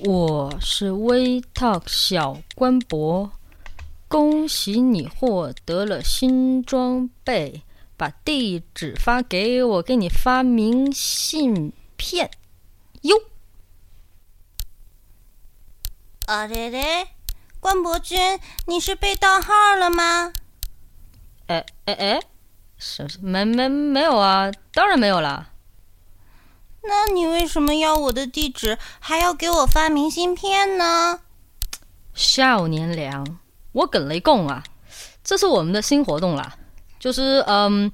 我是微 talk 小官博，恭喜你获得了新装备，把地址发给我，给你发明信片。哟，啊嘞嘞，关伯君，你是被盗号了吗？哎哎哎，是没没没有啊？当然没有啦。那你为什么要我的地址，还要给我发明信片呢？少年良，我跟雷共啊，这是我们的新活动啦，就是嗯，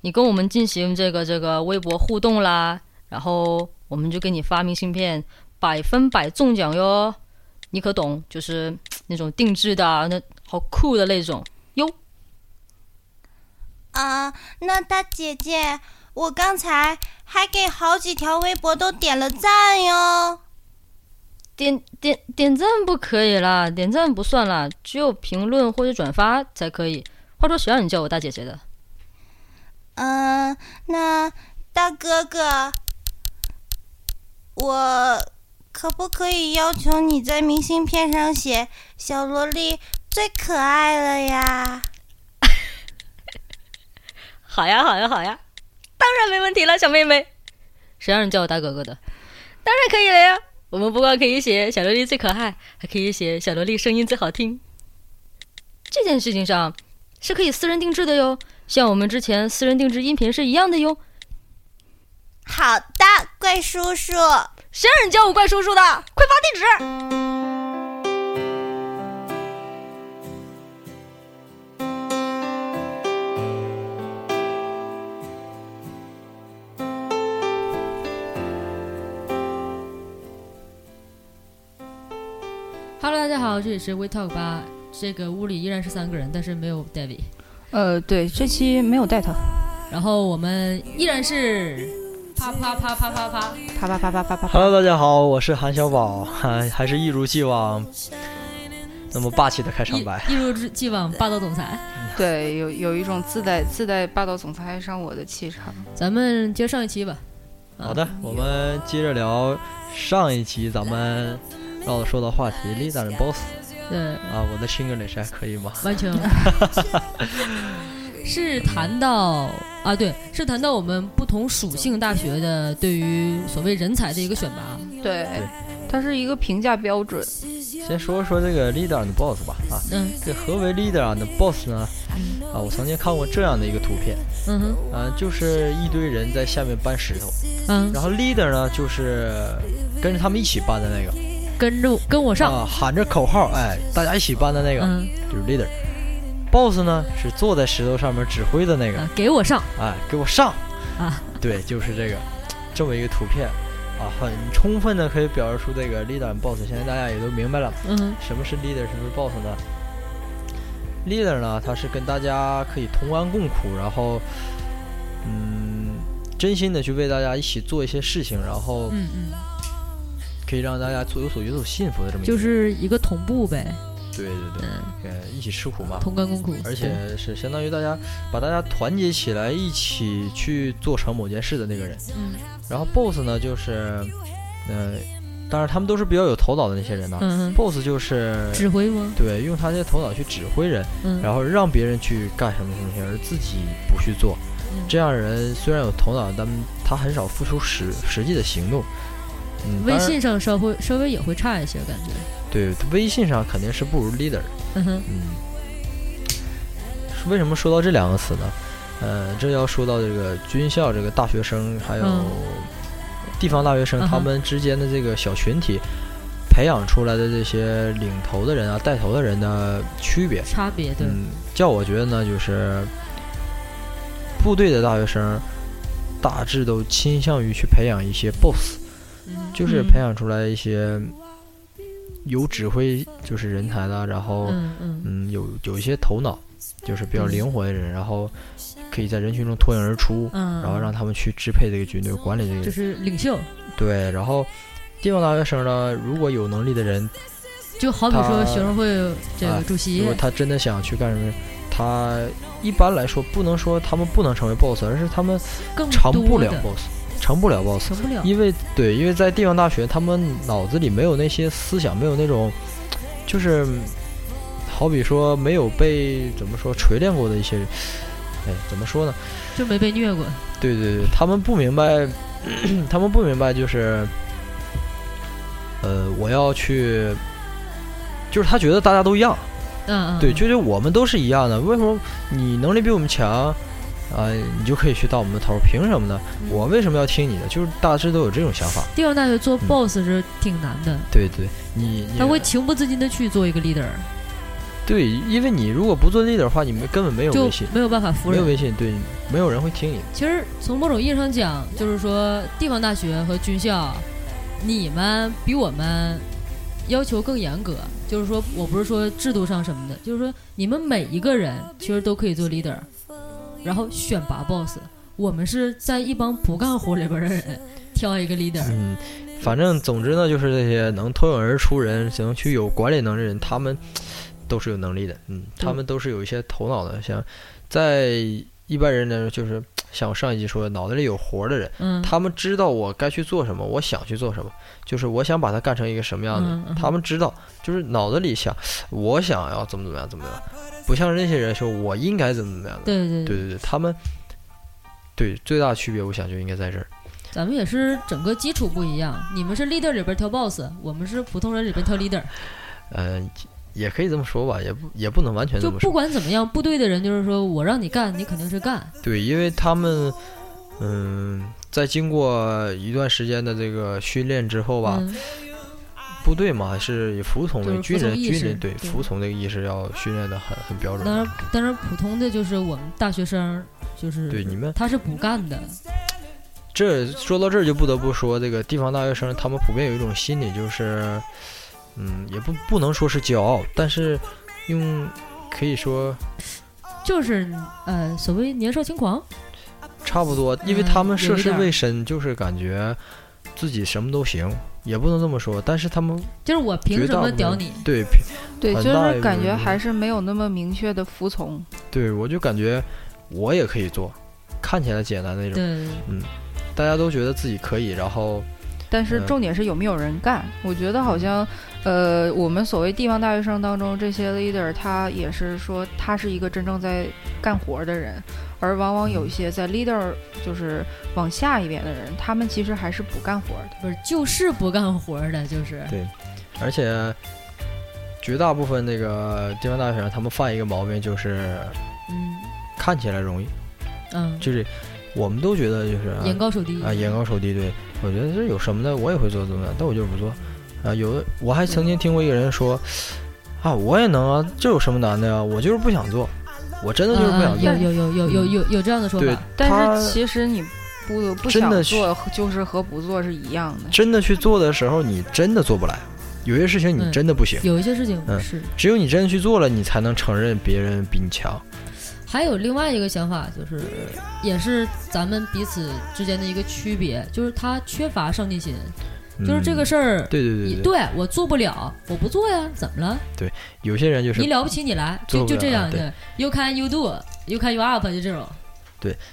你跟我们进行这个这个微博互动啦，然后我们就给你发明信片，百分百中奖哟，你可懂？就是那种定制的啊，那好酷的那种哟。啊，那大姐姐，我刚才还给好几条微博都点了赞哟。点点点赞不可以啦，点赞不算啦，只有评论或者转发才可以。话说谁让你叫我大姐姐的？嗯、那大哥哥，我可不可以要求你在明信片上写“小萝莉最可爱了呀好呀，好呀，好呀，当然没问题了，小妹妹。谁让你叫我大哥哥的？当然可以了呀。我们不光可以写小萝莉最可爱，还可以写小萝莉声音最好听。这件事情上是可以私人定制的哟，像我们之前私人定制音频是一样的哟。”？好的，怪叔叔。谁让你叫我怪叔叔的？快发地址！Hello，大家好，这里是 We Talk 吧。这个屋里依然是三个人，但是没有 David。呃，对，这期没有带他，然后我们依然是啪啪啪啪啪啪。啪啪啪啪啪啪啪。 Hello，大家好，我是韩小宝， 还还是一如既往那么霸气的开场一白。一如既往霸道总裁。对，有有一种自带自带霸道总裁上我的气场。咱们接上一期吧。啊好的，我们接着聊上一期咱们唠的说的话题，Lisa 的 Boss 对，啊，我的 English 还可以吗？完全是谈到啊，对，是谈到我们不同属性大学的对于所谓人才的一个选拔。对，它是一个评价标准。先说说这个 Leader and Boss 吧啊，嗯这何为 Leader and Boss 呢？啊，我曾经看过这样的一个图片，嗯哼啊，就是一堆人在下面搬石头，嗯，然后 Leader 呢就是跟着他们一起搬的那个，跟着我跟我上。啊，喊着口号，哎，大家一起搬的那个，嗯就是 leader。boss 呢是坐在石头上面指挥的那个，啊，给我上哎，给我上！啊！对，就是这个，这么一个图片啊，很充分的可以表示出这个 leader 和 boss。现在大家也都明白了，嗯哼什么是 leader，什么是 boss 呢？leader 呢，他是跟大家可以同甘共苦，然后，嗯，真心的去为大家一起做一些事情，然后嗯嗯，可以让大家做有所有所幸福的这么一个就人，是一个同步呗，对对对，嗯，呃，一起吃苦嘛，同甘共苦。而对且是相当于大家把大家团结起来，一起去做成某件事的那个人。嗯然后 BOSS 呢，就是，呃，当然他们都是比较有头脑的那些人呢、嗯哼， BOSS 就是指挥吗？对用他这些头脑去指挥人，嗯，然后让别人去干什么什么事，而自己不去做。嗯这样人虽然有头脑，但他很少付出实实际的行动。嗯，微当然信上稍微稍微也会差一些感觉。对微信上肯定是不如 leader 的嗯哼，嗯，为什么说到这两个词呢？呃，这要说到这个军校这个大学生还有嗯地方大学生、嗯哼他们之间的这个小群体培养出来的这些领头的人啊、带头的人的区别。差别对。嗯，叫我觉得呢，就是部队的大学生大致都倾向于去培养一些 boss，嗯就是培养出来一些有指挥就是人才的，然后。嗯嗯嗯，有有一些头脑，就是比较灵活的人，然后可以在人群中脱颖而出，嗯，哦然后让他们去支配这个军队，管理这个就人。是领袖，对，然后地方大学生呢，如果有能力的人，就好比说他学生会这个啊主席如果，他真的想去干什么，他一般来说不能说他们不能成为 boss，而是他们更成不多了的 boss。成不了 boss。成不了。因为对，因为在地方大学，他们脑子里没有那些思想，没有那种，就是好比说没有被怎么说锤炼过的一些人，哎，怎么说呢？就没被虐过。对对对，他们不明白， 他们不明白就是，呃，我要去，就是他觉得大家都一样，嗯嗯，对，嗯就是我们都是一样的，为什么你能力比我们强，啊、你就可以去到我们的头儿？凭什么呢？我为什么要听你的？就是大致都有这种想法。地方大学做嗯 boss 是挺难的，对对，你你他会情不自禁的去做一个 leader，对，因为你如果不做 leader 的话，你们根本没有就微信，没有办法服没有人。微信，对，没有人会听你的。其实从某种意义上讲，就是说地方大学和军校，你们比我们要求更严格。就是说我不是说制度上什么的，就是说你们每一个人其实都可以做 leader，然后选拔 boss。我们是在一帮不干活里边的人挑一个 leader，嗯，反正总之呢，就是这些能脱颖而出人，能去有管理能力的人，他们都是有能力的，嗯，他们都是有一些头脑的。像在一般人呢，就是像我上一集说的，脑子里有活儿的人，嗯，他们知道我该去做什么，我想去做什么，就是我想把它干成一个什么样的。嗯嗯他们知道，就是脑子里想，我想要怎么怎么样，怎么怎么样，不像那些人说我应该怎么怎么样的。对对对对对，他们对最大区别，我想就应该在这儿。咱们也是整个基础不一样，你们是 leader 里边挑 boss，我们是普通人里边挑 leader。嗯、也可以这么说吧，也不也不能完全这就么不说。管怎么样，部队的人就是说我让你干，你肯定是干。对，因为他们，嗯，在经过一段时间的这个训练之后吧，嗯，部队嘛还是也服从就是了服军人，从意军识人对对服从这个意识要训练的很很标准。当然，当然普通的就是我们大学生，就是对你们他是不干的，这说到这儿就不得不说，这个地方大学生他们普遍有一种心理，就是，嗯，也不不能说是骄傲，但是用可以说就是呃所谓年少轻狂。差不多，因为嗯他们有涉一世点儿未深，就是感觉自己什么都行，也不能这么说，但是他们就是我凭绝什大部么分屌你？对对，很就大一是部感分觉原因还是没有那么明确的服从。对，我就感觉我也可以做，看起来简单那种，对，大家都觉得自己可以，然后但是嗯重点是有没有人干。我觉得好像，呃，我们所谓地方大学生当中这些 leader，他也是说他是一个真正在干活的人，而往往嗯有一些在 leader 就是往下一边的人，他们其实还是不干活的。不是就是不干活的，就是对而且绝大部分那个地方大学生他们犯一个毛病就是嗯看起来容易。嗯，就是我们都觉得就是啊眼高手低啊，眼高手低，对我觉得这有什么的，我也会做怎么样，但我就是不做啊。有的我还曾经听过一个人说啊，我也能啊，这有什么难的呀？我就是不想做，我真的就是不啊啊想做。嗯有有有有有有嗯有这样的说对法，，但他是其实你不不真想的做，就是和不做是一样的。真的去做的时候，你真的做不来，有些事情你嗯真的不行，有一些事情嗯是。只有你真的去做了，你才能承认别人比你强。还有另外一个想法，就是也是咱们彼此之间的一个区别，就是他缺乏上进心，就是这个儿。事儿，嗯对对你对对，对我做不了，我不做呀，怎么了？有些人就是你了不起，你来，做就不就了这啊样的，you can you do，you can you up，就这种，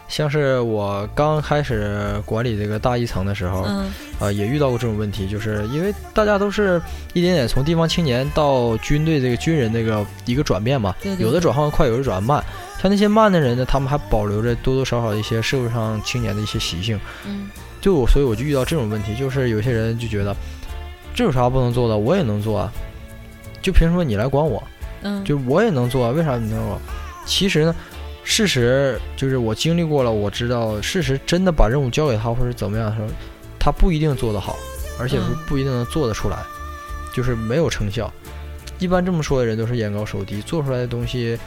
像是我刚开始管理这个大一层的时候，嗯啊，也遇到过这种问题，就是因为大家都是一点点从地方青年到军队这个军人这个一个转变嘛，对对有的转换快，有的转换慢。像那些慢的人呢，他们还保留着多多少少一些社会上青年的一些习性。嗯，就我，所以我就遇到这种问题，就是有些人就觉得这有啥不能做的，我也能做啊，就凭什么你来管我？嗯，就我也能做啊，为啥你能做？其实呢，事实就是我经历过了，我知道事实真的把任务交给他或者怎么样的时候，他不一定做得好，而且是嗯不一定能做得出来，就是没有成效。一般这么说的人都是眼高手低，做出来的东西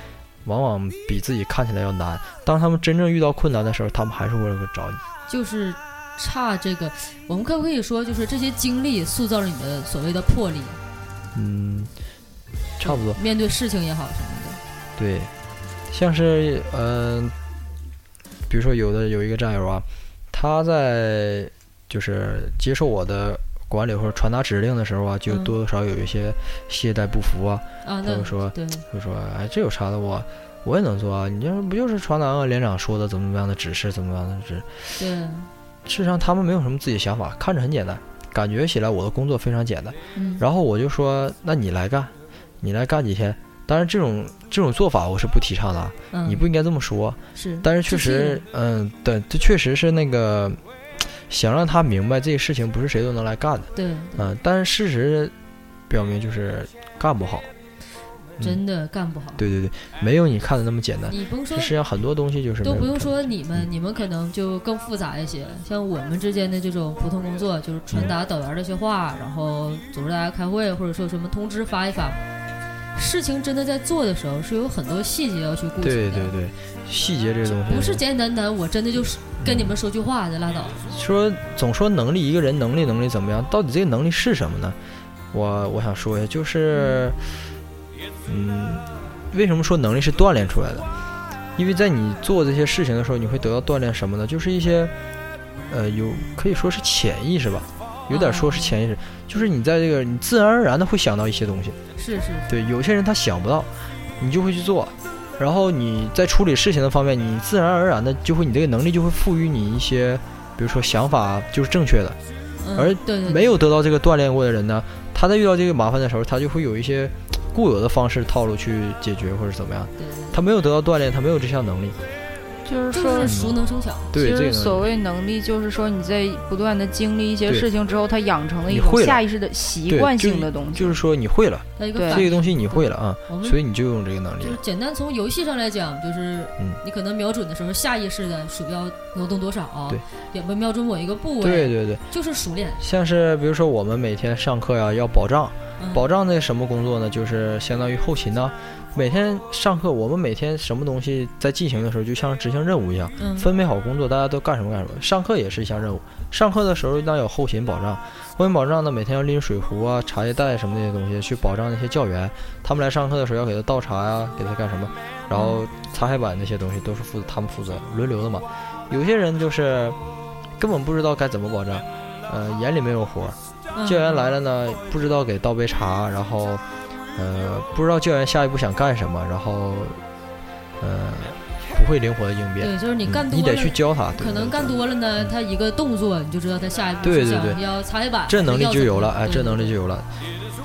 往往比自己看起来要难。当他们真正遇到困难的时候，他们还是会来找你。就是差这个，我们可不可以说，就是这些经历塑造了你的所谓的魄力，嗯，差不多。面对事情也好什么的，对，像是嗯、呃，比如说有的有一个战友啊，他在就是接受我的管理或者传达指令的时候啊，就嗯多多少有一些懈怠不服啊，啊，他那就说对，就说哎这有啥的我。我也能做啊！你这不就是传达了连长说的怎么怎么样的指示，怎么怎么样的指？对，事实上他们没有什么自己的想法，看着很简单，感觉起来我的工作非常简单。嗯然后我就说，那你来干，你来干几天。当然，这种这种做法我是不提倡的啊，嗯，你不应该这么说。是，但是确就是实，嗯，对，这确实是那个想让他明白这个事情不是谁都能来干的。对，嗯，但是事实表明就是干不好。嗯真的干不好。对对对，没有你看的那么简单。你甭说这世界上很多东西就是没都有嗯不用看说你们，你们可能就更复杂一些。像我们之间的这种普通工作，就是嗯传达导员的一些话，然后组织大家开会，或者说有什么通知发一发。事情真的在做的时候，是有很多细节要去顾及的，对对对，细节这个东西嗯不是简简单单我真的就是跟你们说句话就拉倒。说总说能力，一个人能力能力怎么样？到底这个能力是什么呢？我我想说一下，就是，嗯，为什么说能力是锻炼出来的？因为在你做这些事情的时候，你会得到锻炼什么呢？就是一些，呃，有可以说是潜意识吧，有点说是潜意识，就是你在这个你自然而然的会想到一些东西。是是，对，有些人他想不到，你就会去做，然后你在处理事情的方面，你自然而然的就会，你这个能力就会赋予你一些，比如说想法就是正确的。嗯，而对对没有得到这个锻炼过的人呢，他在遇到这个麻烦的时候，他就会有一些固有的方式套路去解决或者怎么样。对对对他没有得到锻炼，他没有这项能力。就是就说是熟能生巧，其对这实个所能力，谓能力，就是说你在不断的经历一些对事情之后，它养成了一你种会了下意识的习对惯就性的东西。就是说你会了它一个对嗯反这应个东西，你会了啊，我们所以你就用这个能力就是了。简单从游戏上来讲，就是嗯你可能瞄准的时候，下意识的鼠标挪动多少，对，也不瞄准某一个部位，对对对，就是熟练。像是比如说我们每天上课呀、要保障，嗯、保障那什么工作呢？就是相当于后勤呢、每天上课，我们每天什么东西在进行的时候，就像执行任务一样，嗯分配好工作，大家都干什么干什么。上课也是一项任务，上课的时候那有后勤保障，后勤保障呢，每天要拎水壶啊、茶叶袋什么那些东西去保障那些教员，他们来上课的时候要给他倒茶呀、给他干什么，然后擦黑板那些东西都是负他们负责，轮流的嘛。有些人就是根本不知道该怎么保障，呃，眼里没有活儿。嗯教员来了呢，不知道给倒杯茶，然后，呃，不知道教员下一步想干什么，然后，呃，不会灵活的应变，对，就是你干嗯多了，你得去教他，对可能对干对多了呢，他一个动作你就知道他下一步对是对想对要擦黑板，这能力要就怎有么了，样哎，这能力就有了，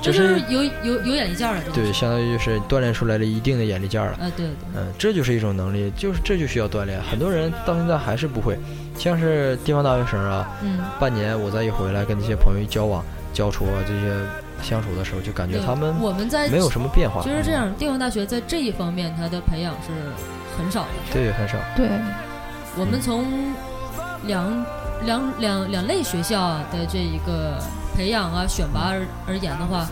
这就就是是有有有眼力劲儿了，啊这对，就是，相当于就是锻炼出来了一定的眼力劲儿了。啊对对，嗯，这就是一种能力，就是这就需要锻炼。很多人到现在还是不会，像是地方大学生啊，嗯，半年我再一回来跟这些朋友一交往、交处啊这些相处的时候，就感觉对他们我们在没有什么变化。就是这嗯，样，帝王大学在这一方面它的培养是很少的。嗯对，很少。对，我们从两两两两类学校的这一个培养啊、选拔而而言的话，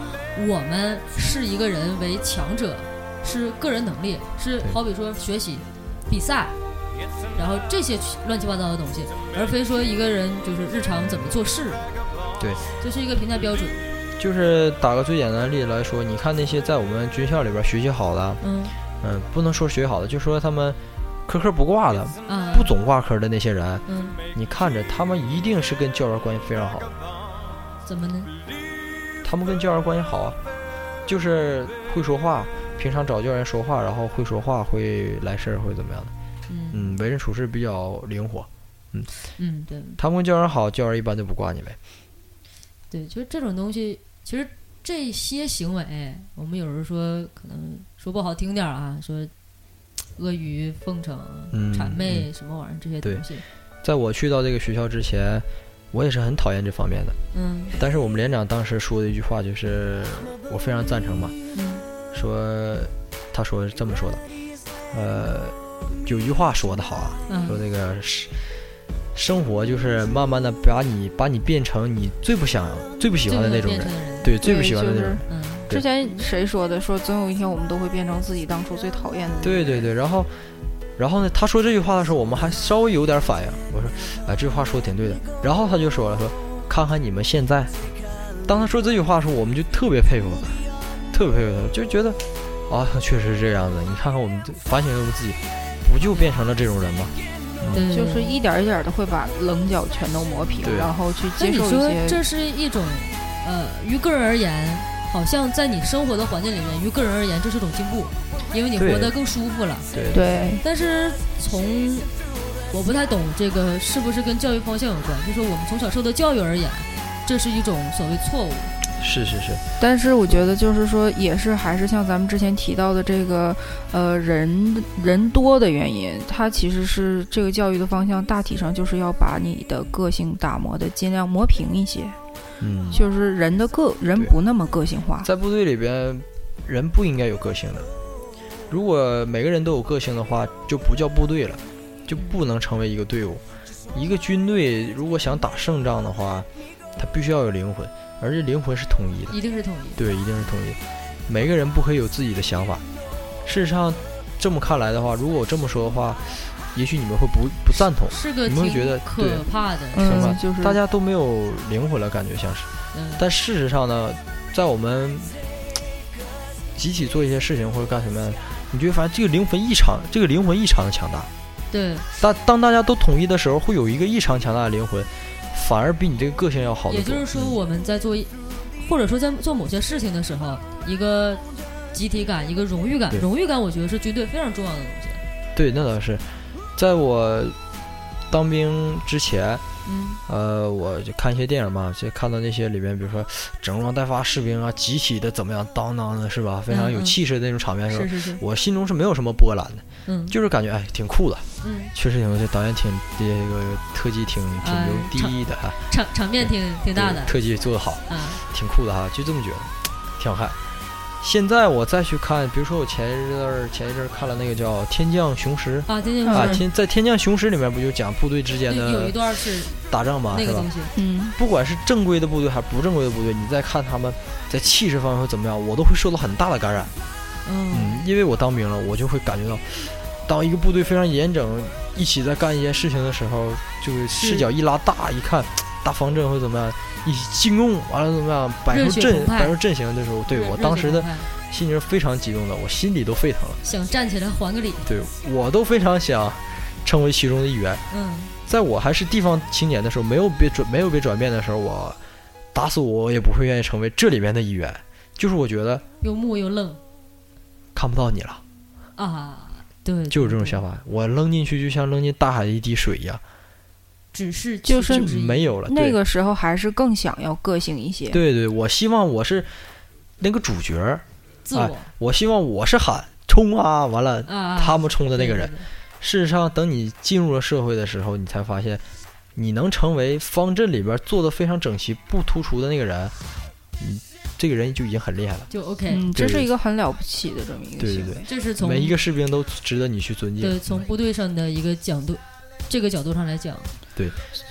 我们视一个人为强者，是个人能力，是对好比说学习、比赛，然后这些乱七八糟的东西，而非说一个人就是日常怎么做事。对，这是一个评价标准。就是打个最简单的例子来说，你看那些在我们军校里边学习好的，嗯嗯，不能说学习好的，就说他们科科不挂的、啊，不总挂科的那些人，嗯，你看着他们一定是跟教员关系非常好，怎么呢？他们跟教员关系好啊，就是会说话，平常找教员说话，然后会说话，会来事儿，会怎么样的，嗯嗯，为人处事比较灵活。嗯，对。他们跟教员好，教员一般就不挂你呗。对，就是这种东西，其实这些行为，我们有时候说，可能说不好听点儿啊，说阿谀奉承、嗯，谄嗯媚什么玩意儿这些对东西，在我去到这个学校之前，我也是很讨厌这方面的。嗯但是我们连长当时说的一句话，就是我非常赞成嘛，嗯说他说这么说的，呃，有句话说的好啊，说嗯，那个是生活就是慢慢的把你把你变成你最不想最不喜欢的那种变人成，的人，对，最不喜欢的就那是种人，嗯对之前谁说的？说总有一天我们都会变成自己当初最讨厌的人。对对对，然后。然后呢，他说这句话的时候，我们还稍微有点反应。我说，啊、这句话说的挺对的。然后他就说了，说看看你们现在。当他说这句话的时候，我们就特别佩服他，特别佩服他，就觉得啊，确实是这样子。你看看我们自反省我们自己，不就变成了这种人吗？对，嗯就是一点一点的会把棱角全都磨平对，然后去那接你受说一些。这是一种，呃，于个人而言，好像在你生活的环境里面，于个人而言，这是一种进步，因为你活对得更舒服了。对对，但是从我不太懂这个是不是跟教育方向有关，就说我们从小受的教育而言，这是一种所谓错误。是是是，但是我觉得就是说，也是还是像咱们之前提到的这个，呃，人人多的原因，它其实是这个教育的方向大体上就是要把你的个性打磨的尽量磨平一些，嗯，就是人的个人对不那么个性化。在部队里边，人不应该有个性的。如果每个人都有个性的话，就不叫部队了，就不能成为一个队伍。一个军队如果想打胜仗的话，他必须要有灵魂，而这灵魂是统一的。一定是统一。对，一定是统一。每个人不可以有自己的想法。事实上，这么看来的话，如果我这么说的话，也许你们会不不赞同。是个你们挺会觉得可对怕的，行吧嗯，就是大家都没有灵魂了，感觉像是。嗯，但事实上呢，在我们集体做一些事情或者干什么，你就会发现这个灵魂异常，这个灵魂异常的强大。对，当当大家都统一的时候，会有一个异常强大的灵魂，反而比你这个个性要好得嗯也多。就是说我们在做一，或者说在做某些事情的时候，一个集体感，一个荣誉感对，荣誉感我觉得是军队非常重要的东西。对，那倒是。在我当兵之前，嗯，呃，我就看一些电影嘛，就看到那些里面，比如说整装待发士兵啊，集体的怎么样，当当的是吧？非常有嗯嗯气势的那种场面，是吧？是是是，我心中是没有什么波澜的，嗯就是感觉哎，挺酷的。嗯，确实挺，这导演挺这个特技挺挺哎牛逼的哈，啊场场面挺挺大的对特技做得好，啊，挺酷的哈，就这么觉得，挺好看。现在我再去看，比如说我前一阵儿前一阵儿看了那个叫《天降雄狮》啊，这件事啊，儿天在《天降雄狮》里面不就讲部队之间对有一的段是打仗嘛，那是个吧东？西，嗯，不管是正规的部队还是不正规的部队，你再看他们在气势方面会怎么样，我都会受到很大的感染。嗯，嗯，因为我当兵了，我就会感觉到，当一个部队非常严整，一起在干一件事情的时候，就是视角一拉大，一看大方阵会怎么样，一起进攻，完了怎么样，摆热出血阵澎湃摆出阵型的时候，对热我热当血时澎的湃心情是非常激动的，我心里都沸腾了，想站起来还个礼，对我都非常想成为其中的一员。嗯，在我还是地方青年的时候，没有被转没有被转变的时候，我打死我也不会愿意成为这里面的一员，就是我觉得又木又愣看不到你了。啊，对，就有这种想法，我扔进去就像扔进大海的一滴水一样，只是就其实是只一没有了。那对个时候还是更想要个性一些。对对，我希望我是那个主角儿，自我我希望我是喊冲啊，完了啊，他们冲的的那个人。，事实上，等你进入了社会的时候，你才发现，你能成为方阵里边做的非常整齐、不突出的那个人，你这个人就已经很厉害了。就 OK，嗯，这对是一个很了不起的这么一个对行对为。对，这是从每一个士兵都值得你去尊敬对，从部队上的一个角度，这个角度上来讲，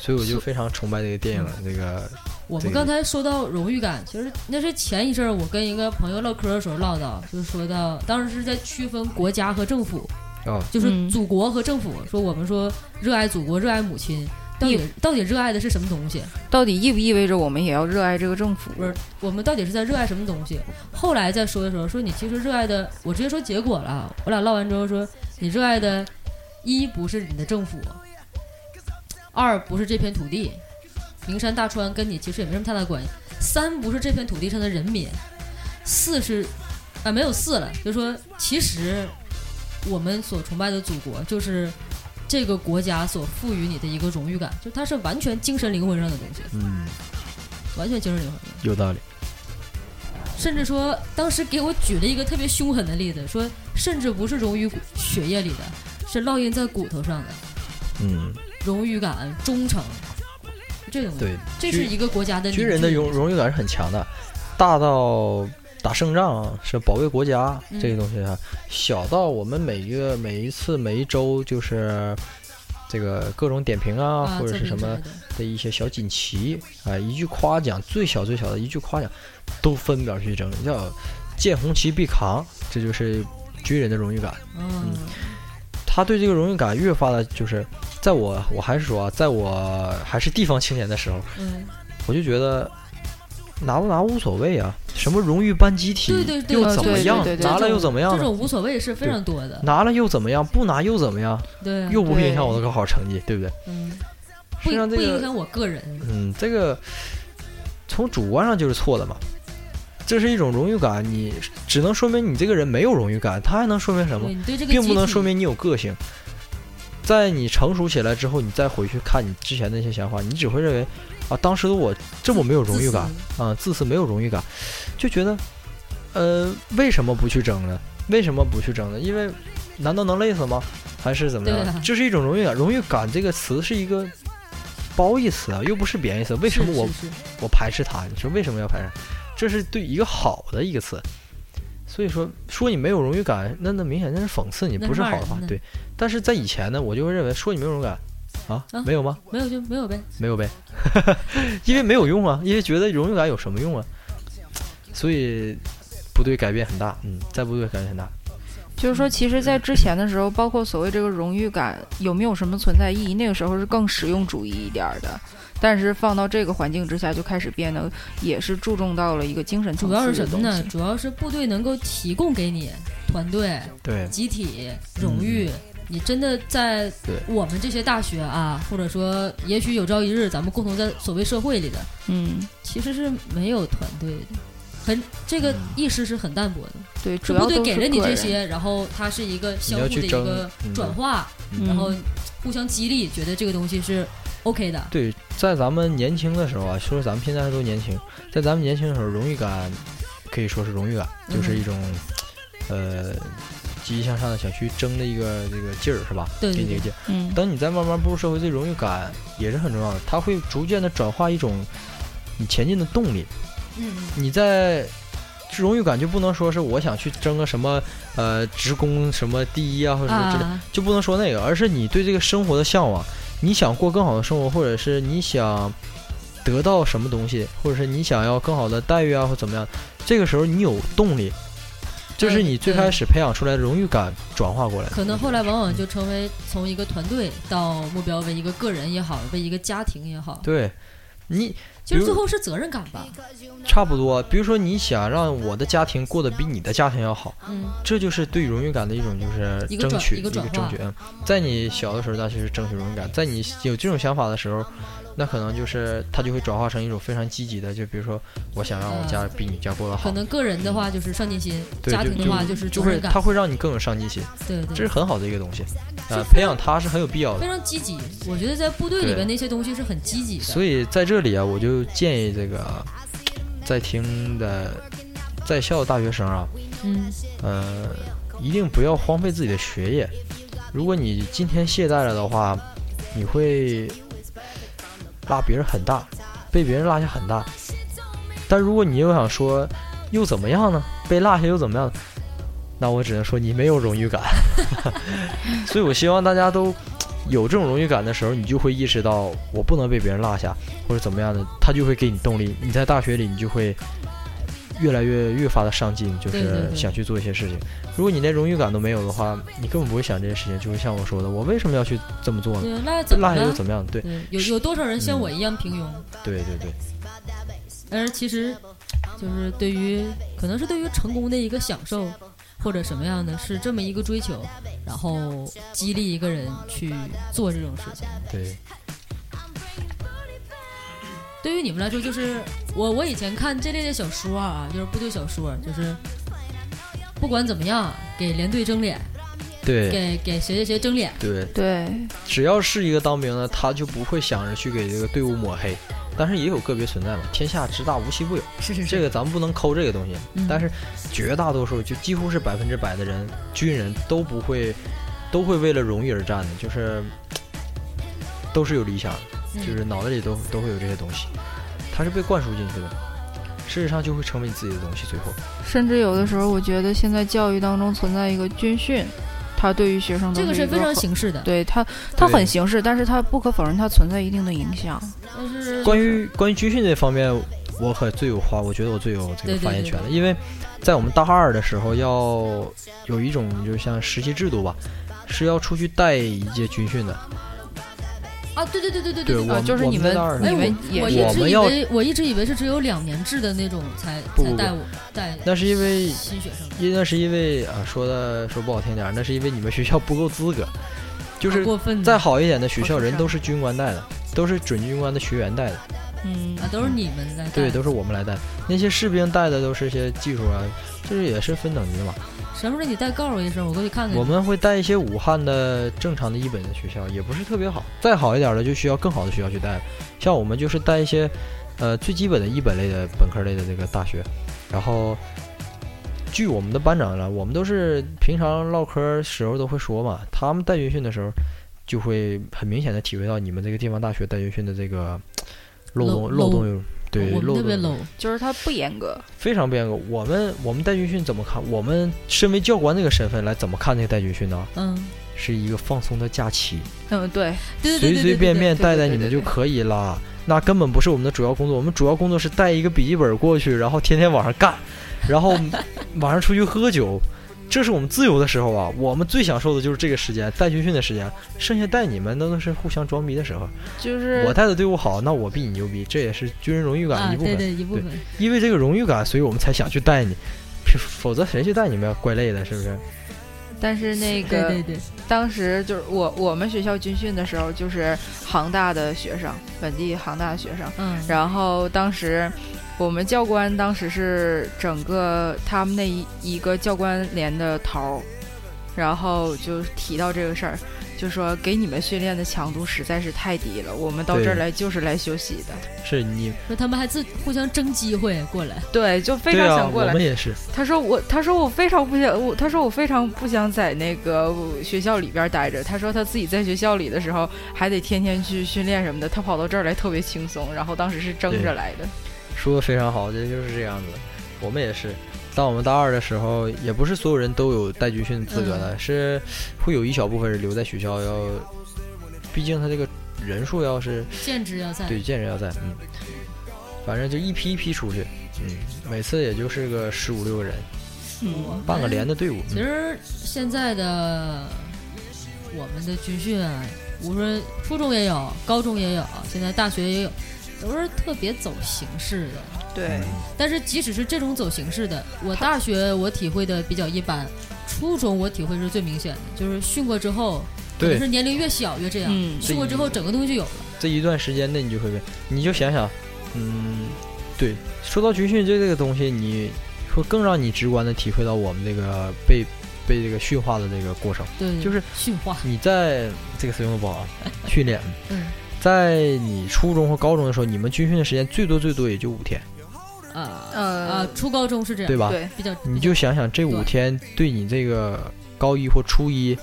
所以我就非常崇拜这个电影，这个我对们刚才说到荣誉感，其实那是前一阵儿我跟一个朋友唠嗑的时候唠叨，就是说到当时是在区分国家和政府，哦，就是嗯祖国和政府，说我们说热爱祖国，热爱母亲。到底到底热爱的是什么东西？到底意不意味着我们也要热爱这个政府？不是我们到底是在热爱什么东西？后来再说的时候，说你其实热爱的，我直接说结果了。我俩唠完之后说，你热爱的，一不是你的政府，二不是这片土地，名山大川跟你其实也没什么太大关系。三不是这片土地上的人民，四是啊没有四了，就是说其实我们所崇拜的祖国就是。这个国家所赋予你的一个荣誉感，就它是完全精神灵魂上的东西，嗯，完全精神灵魂上的。有道理。甚至说当时给我举了一个特别凶狠的例子，说甚至不是溶于骨血液里的，是烙印在骨头上的嗯，荣誉感、忠诚，这种对，这是一个国家的军人的凝聚荣荣誉感是很强的，大到打胜仗啊是保卫国家、嗯这个东西啊，小到我们每一个每一次每一周就是这个各种点评啊啊，或者作是品什之类么的的一些小锦旗啊、一句夸奖，最小最小的一句夸奖都分秒必争，叫见红旗必扛，这就是军人的荣誉感。嗯，他对这个荣誉感越发的，就是在我我还是说啊，在我还是地方青年的时候，嗯，我就觉得拿不拿无所谓啊，什么荣誉颁集体对对对又怎么对样对对，对拿这了种又怎么样这呢？种无所谓是非常多的，拿了又怎么样？不拿又怎么样？嗯对，又不会对影响我的高考成绩，对不对？嗯，实不际上这不影个，响我个人，嗯，这个从主观上就是错的嘛。这是一种荣誉感，你只能说明你这个人没有荣誉感，他还能说明什么对？你对这个并不能集体说明你有个性。在你成熟起来之后，你再回去看你之前那些想法，你只会认为啊，当时的我这么没有荣誉感啊，自私没有荣誉感，就觉得呃，为什么不去争呢？为什么不去争呢？因为难道能累死吗？还是怎么对样啊？这是一种荣誉感，荣誉感这个词是一个褒义词啊，又不是贬义词。为什么我是是是我排斥他，你说为什么要排斥？这是对一个好的一个词，所以说说你没有荣誉感，那那明显那是讽刺你，那不是骂好的人话。的对，但是在以前呢，我就会认为说你没有荣誉感啊啊，没有吗？没有就没有呗？没有呗， 因为没有用啊，因为觉得荣誉感有什么用啊？所以部队改变很大，嗯，在部队改变很大。就嗯是说，其实，在之前的时候，包括所谓这个荣誉感有没有什么存在意义，那个时候是更实用主义一点儿的。但是放到这个环境之下，就开始变得也是注重到了一个精神层主次的要是什么东呢？西？主要是部队能够提供给你团队、对，集体荣誉。你真的在嗯对我们这些大学啊，或者说，也许有朝一日咱们共同在所谓社会里的，嗯，其实是没有团队的，很这嗯个意识是很淡薄的。对，是主要部队都给是了你个这人些，然后它是一个相你要互去的一争个嗯转化，嗯然后互相激励，觉得这个东西是 OK 的。对，在咱们年轻的时候啊，说咱们现在都年轻，在咱们年轻的时候，荣誉感可以说是荣誉感，嗯就是一种、呃积极向上的想去争的一个这个劲儿，是吧？对这对一个对，劲儿。嗯，等你再慢慢步入社会，这荣誉感也是很重要的，它会逐渐的转化一种你前进的动力。嗯，嗯你在荣誉感就不能说是我想去争个什么呃职工什么第一啊，或者什么之类的。啊，就不能说那个，而是你对这个生活的向往，你想过更好的生活，或者是你想得到什么东西，或者是你想要更好的待遇啊，或怎么样，这个时候你有动力，这是你最开始培养出来的荣誉感转化过来的。可能后来往往就成为从一个团队到目标为一个个人也好，为一个家庭也好，对你其实比最如后是责任感吧。差不多，比如说你想让我的家庭过得比你的家庭要好，嗯，这就是对荣誉感的一种就是一个争转取一个转化争取。嗯在你小的时候，那就是争取荣誉感；在你有这种想法的时候，那可能就是它就会转化成一种非常积极的，就比如说我想让我家比你家过得好，可能个人的话就是上进心，对家就庭的就话就是就责会任感它，会让你更有上进心，对对这是对，很好的一个东西。是呃，培养它是很有必要的非。常积极。我觉得在部队里对边那些东西是很积极的。所以在这里啊，我就建议这个在听的在校大学生啊，嗯，呃，一定不要荒废自己的学业。如果你今天懈怠了的话，你会拉别人很大，被别人落下很大。但如果你又想说，又怎么样呢？被落下又怎么样？那我只能说你没有荣 誉感。所以我希望大家都有这种荣誉感的时候，你就会意识到我不能被别人落下，或者怎么样的，他就会给你动力。你在大学里，你就会越来越越发的上进，就对对是对想去做一些事情。如果你连荣誉感都没有的话，你根本不会想这些事情。就会像我说的，我为什么要去这么做呢？对，那嗯怎么嗯落下又了？怎么样？对对，有有多少人像嗯我一样平庸？对对对，但是其实，就是对于可能是对于成功的一个享受，或者什么样的，是这么一个追求，然后激励一个人去做这种事情。对，对于你们来说，就是我我以前看这类的小说啊，就是部队小说，就是不管怎么样，给连队争脸，对给给谁谁谁争脸，对，对，只要是一个当兵的，他就不会想着去给这个队伍抹黑。但是也有个别存在嘛，天下之大无奇不有，是是是，这个咱们不能抠这个东西。嗯但是绝大多数就几乎是百分之百的人，军人都不会，都会为了荣誉而战的，就是都是有理想的，嗯就是脑袋里都都会有这些东西，它是被灌输进去的，事实上就会成为你自己的东西。最后，甚至有的时候，我觉得现在教育当中存在一个军训，它对于学生这个个是非常很，形式的。对它它对很形式，但是它不可否认它存在一定的影响。但是关于关于军训这方面，我可最有话，我觉得我最有这对个对发言对权对了，因为在我们大二的时候要有一种就像实习制度吧，是要出去带一届军训的。啊，对对对对对对啊，我就是我你们在们那儿呢哎，你们我也我一是我直们以要为我一直以为是只有两年制的那种才不才不带我带那是因为新学生的，因那是因为啊，说的说不好听点儿，那是因为你们学校不够资格，就好是啊过分的嗯再好一点的学校，好受人伤都是军官带的，都是准军官的学员带的，嗯啊，都是你们在带对，都是我们来带。那些士兵带的都是一些技术啊，就是也是分等级的嘛。什么时候你再告诉我一声，我过去看看。我们会带一些武汉的正常的一本的学校，也不是特别好。再好一点的就需要更好的学校去带了。像我们就是带一些，呃，最基本的一本类的本科类的这个大学。然后，据我们的班长了，我们都是平常唠嗑时候都会说嘛，他们带军训的时候，就会很明显的体会到你们这个地方大学带军训的这个漏洞漏漏洞有对嗯我们漏特别洞 low，就是它不严格，非常不严格。我们我们带军训怎么看？我们身为教官这个身份来怎么看这个带军训呢？嗯，是一个放松的假期，嗯，对，对对对随对随对便便对带带对你对们对就可以啦。那根本不是我们的主要工作，我们主要工作是带一个笔记本过去，然后天天晚上干，然后晚上出去喝酒，这是我们自由的时候啊。我们最享受的就是这个时间，带军训的时间，剩下带你们那都是互相装逼的时候。就是我带的队伍好，那我比你牛逼，这也是军人荣誉感的啊，一部对分。对一部对分，因为这个荣誉感，所以我们才想去带你，否则谁去带你们呀？怪累的，是不是？但是那对个对对，当时就是我我们学校军训的时候，就是杭大的学生，本地杭大的学生。嗯，然后当时我们教官当时是整个他们那一一个教官连的头儿，然后就提到这个事儿，就说给你们训练的强度实在是太低了，我们到对这儿来就是来休息的。是你说他们还自互相争机会过来，对，就非对常啊，想过我来。们也是，他说我，他说我非常不想，我他说我非常不想在那个学校里边待着。他说他自己在学校里的时候还得天天去训练什么的，他跑到这儿来特别轻松。然后当时是争着对来的，说的非常好，这就是这样子。我们也是，当我们大二的时候，也不是所有人都有带军训资格的，是会有一小部分人留在学校要，毕竟他这个人数要是兼职要在，对见人要在，嗯，反正就一批一批出去，嗯，每次也就是个十五六个人，嗯我们半个连的队伍，其嗯、实现在的我们的军训啊，无论初中也有，高中也有，现在大学也有，都是特别走形式的。对但是即使是这种走形式的，我大学我体会的比较一般，初中我体会是最明显的，就是训过之后，可能对是年龄越小越这样，嗯训过之后整个东西就有了，这一段时间内你就会变，你就想想，嗯，对，说到军训这这个东西，你会更让你直观的体会到我们这个被被这个驯化的这个过程。对，就是驯化，你在这个词用的不好啊，训练，嗯，在你初中和高中的时候，你们军训的时间最多最多也就五天，啊呃啊，初高中是这样，对吧？嗯对，比较你就想想这五天对你这个高一或初一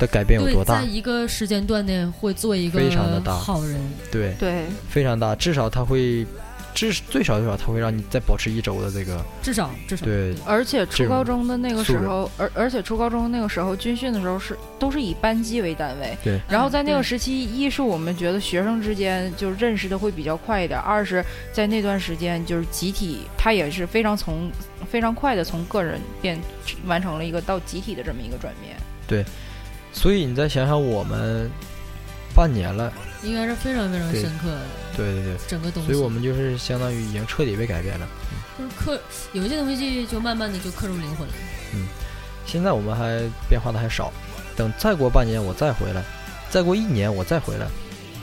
的改变有对，多在大？一个时间段内会做一个非常地大好人，对，对，非常大，至少它会，至最少最少它会让你再保持一周的这个至少至少对而且初这种高中的那个时素质候，而而且初高中那个时候军训的时候是都是以班级为单位。对。然后在那个嗯时期，一是我们觉得学生之间就认识的会比较快一点，二是在那段时间就是集体，他也是非常从非常快的从个人变完成了一个到集体的这么一个转变。所以你再想想我们半年了，对应该是非常非常对深刻的对对对，整个东西，所以我们就是相当于已经彻底被改变了。就是刻有一些东西就慢慢的就刻入灵魂了，现在我们还变化的还少，等再过半年我再回来，再过一年我再回来，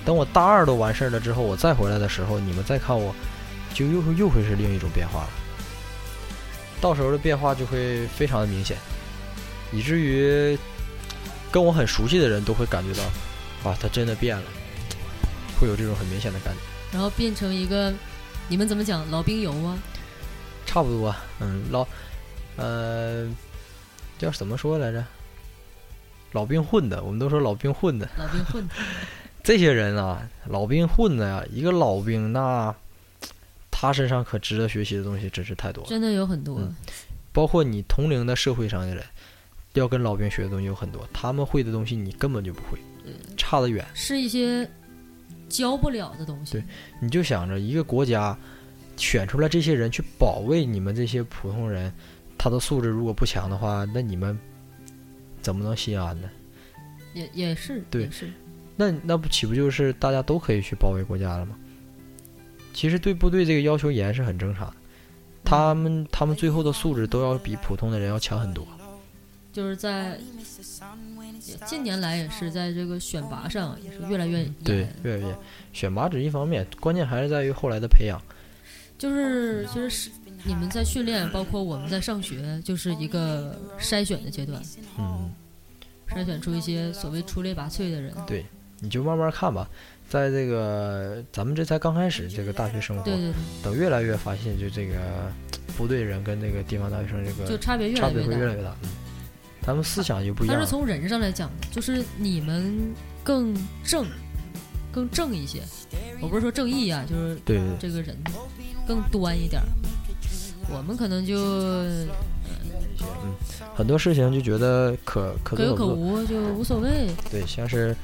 等我大二都完事儿了之后，我再回来的时候，你们再看我，就又会又会是另一种变化了。到时候的变化就会非常的明显，以至于跟我很熟悉的人都会感觉到，啊，他真的变了，会有这种很明显的感觉。然后变成一个你们怎么讲老兵油啊，差不多，嗯，老，呃，叫怎么说来着？老兵混的，我们都说老兵混的。老兵 混的，这些人啊，老兵混的呀、一个老兵那，他身上可值得学习的东西真是太多了，真的有很多，嗯包括你同龄的社会上的人，要跟老兵学的东西有很多，他们会的东西你根本就不会，差得远。是一些教不了的东西，对你就想着一个国家选出来这些人去保卫你们这些普通人，他的素质如果不强的话，那你们怎么能心安呢？也也是，对也是，那那不岂不就是大家都可以去保卫国家了吗？其实对部队这个要求严是很正常的，他们他们最后的素质都要比普通的人要强很多。就是在近年来也是在这个选拔上也是越来越严。对，越来越选拔只一方面，关键还是在于后来的培养。就是其实是你们在训练，包括我们在上学，就是一个筛选的阶段，嗯，筛选出一些所谓出类拔萃的人。你就慢慢看吧。在这个咱们这才刚开始这个大学生活，对对等越来越发现，就这个部队人跟那个地方大学生这对，就个差别越差来别会越来大。越大。嗯，他们思想就不一但样是了。从人上来讲的，就是你们更正，更正一些。我不是说正义啊，就是对对这个人更端一点儿。我们可能就对，嗯很多事情就觉得可可可做有可可不做。无，就无所谓。对，像是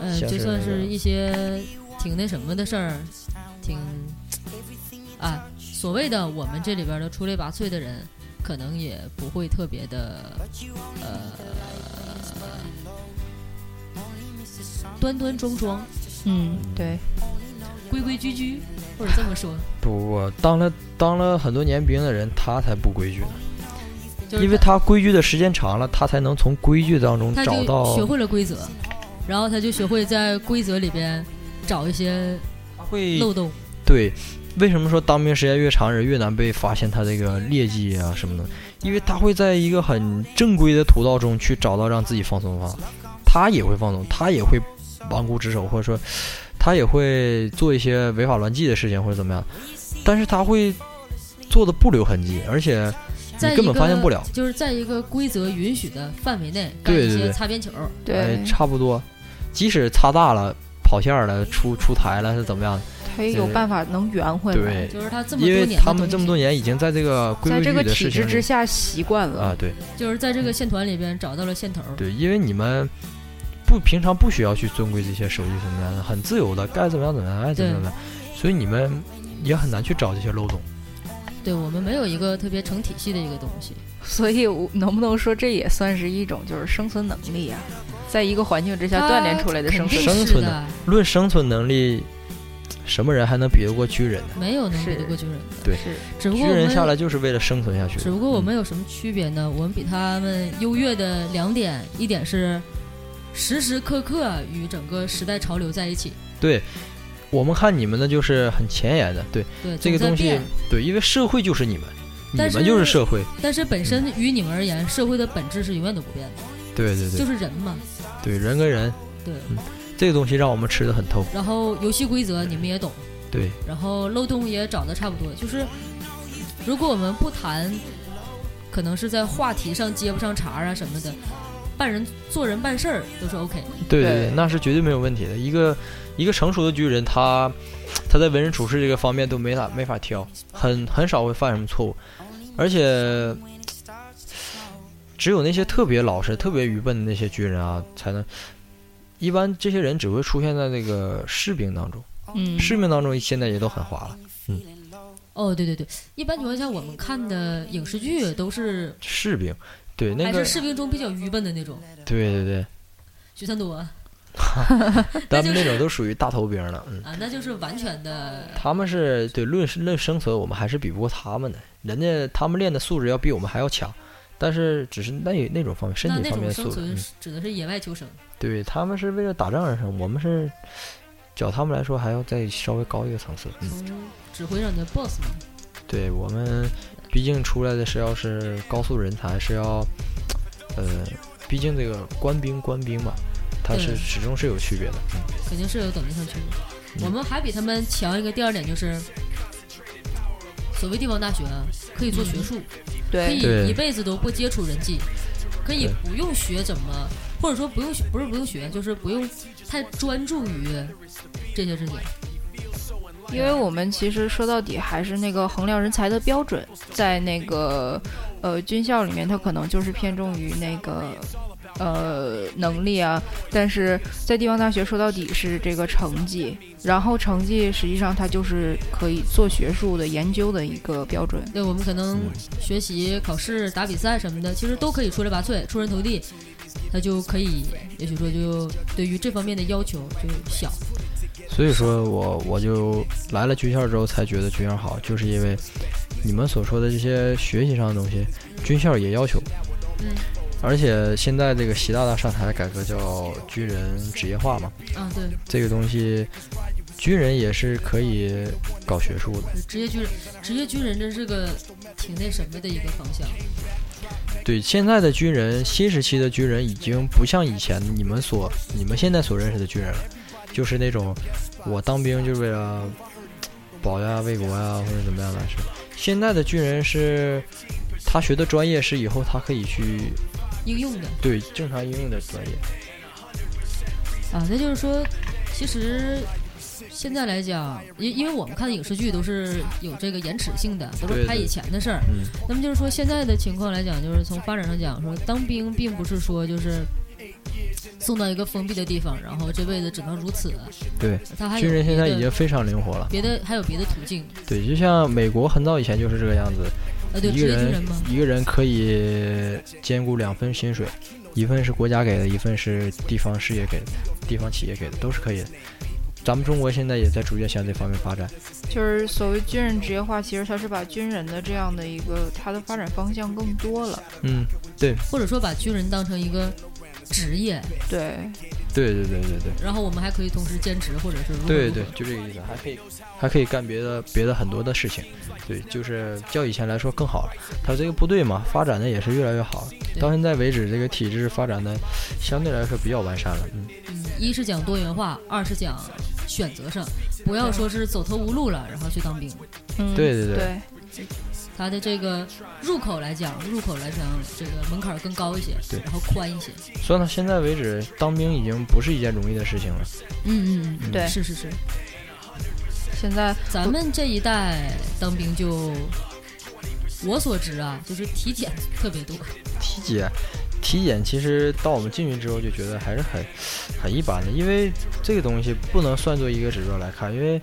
呃，像就是算那个是一些挺那什么的事儿，挺啊，所谓的我们这里边儿的出类拔萃的人，可能也不会特别的呃端端庄庄、嗯，对，规规矩矩，或者这么说，不不不，当了当了很多年兵的人，他才不规矩呢，就是因为他规矩的时间长了，他才能从规矩当中他找就到学会了规则，然后他就学会在规则里边找一些他会漏洞。对，为什么说当兵时间越长，人越难被发现他这个劣迹啊什么的？因为他会在一个很正规的途道中去找到让自己放松的方法，他也会放松，他也会顽固职守，或者说他也会做一些违法乱纪的事情或者怎么样，但是他会做的不留痕迹，而且在你根一本发现个不了。就是在一个规则允许的范围内干对一对些对擦边球儿，哎对，，差不多，即使擦大了、跑线儿了、出出台了是怎么样？他也有办法能圆回来。对，就是他这么因多为年，他们这么多，年已经在这个规在规这矩个矩的体事情制之里下习惯了，啊，对。就是在这个线团里边找到了线头儿。对，因为你们不平常不需要去遵规这些守纪什么样的，很自由的，该怎么样怎么样，爱怎么样怎么样，所以你们也很难去找这些漏洞。对我们没有一个特别成体系的一个东西，所以我能不能说这也算是一种就是生存能力啊？在一个环境之下它锻炼出来的生肯存定是能力，生存的，论生存能力，什么人还能比得过军人呢？没有能比是得过军人的。对是只不过军我人下们，来就是为了生存下去的。嗯只不过我们有什么区别呢？我们比他们优越的两点，一点是时时刻刻与整个时代潮流在一起，对，我们看你们的就是很前沿的，对对这个总在东西变。，对，因为社会就是你们，你但们就是是社会，但是本身于你们而言，社会的本质是永远都不变的，嗯对对就对是人嘛。对，人跟人对，这个东西让我们吃的很透，然后游戏规则你们也懂。对，然后漏洞也找的差不多。就是如果我们不谈，可能是在话题上接不上茬儿啊什么的，办人做人办事儿都是 OK。对对对，那是绝对没有问题的。一个一个成熟的军人，他他在为人处事这个方面都没法没法挑，很很少会犯什么错误，而且只有那些特别老实、特别愚笨的那些军人啊，才能。一般这些人只会出现在那个士兵当中，嗯，士兵当中现在也都很滑了，哦，对对对，一般情况下我们看的影视剧都是士兵。对，那还个是士兵中比较愚笨的那种，对对对，许三多啊，咱们那种都属于大头兵了，嗯，那就是完全的。他们是对论论生存，我们还是比不过他们的。人家他们练的素质要比我们还要强，但是只是那那种方面，身那体那方面种生的素质。存嗯是指的是野外求生，对他们是为了打仗而生，我们是，较他们来说还要再稍微高一个层次。嗯，从指挥上你的 boss 嘛。对我们，毕竟出来的是要是高速人才，是要，呃，毕竟这个官兵官兵嘛，它是对始终是有区别的。肯定是有等级上区别。嗯我们还比他们强一个，第二点就是，所谓地方大学啊可以做学术，可对嗯对以一辈子都不接触人际，可以对不用学怎么，或者说不用学，不是不用学，就是不用太专注于这些事嗯情。因为我们其实说到底还是那个衡量人才的标准，在那个呃军校里面，它可能就是偏重于那个呃能力啊，但是在地方大学说到底是这个成绩，然后成绩实际上它就是可以做学术的研究的一个标准。对我们可能嗯学习、考试、打比赛什么的，其实都可以出类拔萃、出人头地，他就可以，也许说就对于这方面的要求就小。所以说我我就来了军校之后才觉得军校好，就是因为你们所说的这些学习上的东西，军校也要求，嗯而且现在这个习大大上台改革叫军人职业化嘛，啊，对，这个东西军人也是可以搞学术的。职业军人，职业军人真是个挺那什么的一个方向。对，现在的军人，新时期的军人已经不像以前你们所你们现在所认识的军人了，就是那种我当兵就是为了保家卫国呀、或者怎么样来说。现在的军人是他学的专业是以后他可以去应用的对正常应用的专业。啊，那就是说，其实现在来讲，因因为我们看的影视剧都是有这个延迟性的，都是对拍以对前的事儿。嗯，那么就是说，现在的情况来讲，就是从发展上讲，说当兵并不是说就是送到一个封闭的地方，然后这辈子只能如此。对，他还有军人现在已别经的非常灵活了。别的还有别的途径。对，就像美国很早以前就是这个样子，呃，对，一职个业军人人嘛，一个人可以兼顾两份薪水，一份是国家给的，一份是地方事业给的，地方企业给的，都是可以的。咱们中国现在也在逐渐向这方面发展。就是所谓军人职业化，其实它是把军人的这样的一个他的发展方向更多了。嗯，或者说把军人当成一个职业，对，对对对对对然后我们还可以同时兼职，或者是如何对如何对，就这个意思，还可以还可以干别的别的很多的事情。对，就是较以前来说更好了。他这个部队嘛，发展的也是越来越好了，对到现在为止，这个体制发展的相对来说比较完善了。嗯，嗯，一是讲多元化，二是讲选择上，不要说是走投无路了，然后去当兵。嗯，对对对对，它的这个入口来讲，入口来讲，这个门槛儿更高一些，对然后宽一些。算到现在为止，当兵已经不是一件容易的事情了。嗯嗯嗯，对是是是。现在咱们这一代当兵就，我所知啊，就是体检特别多。体检，体检其实到我们进去之后就觉得还是很很一般的，因为这个东西不能算作一个指标来看，因为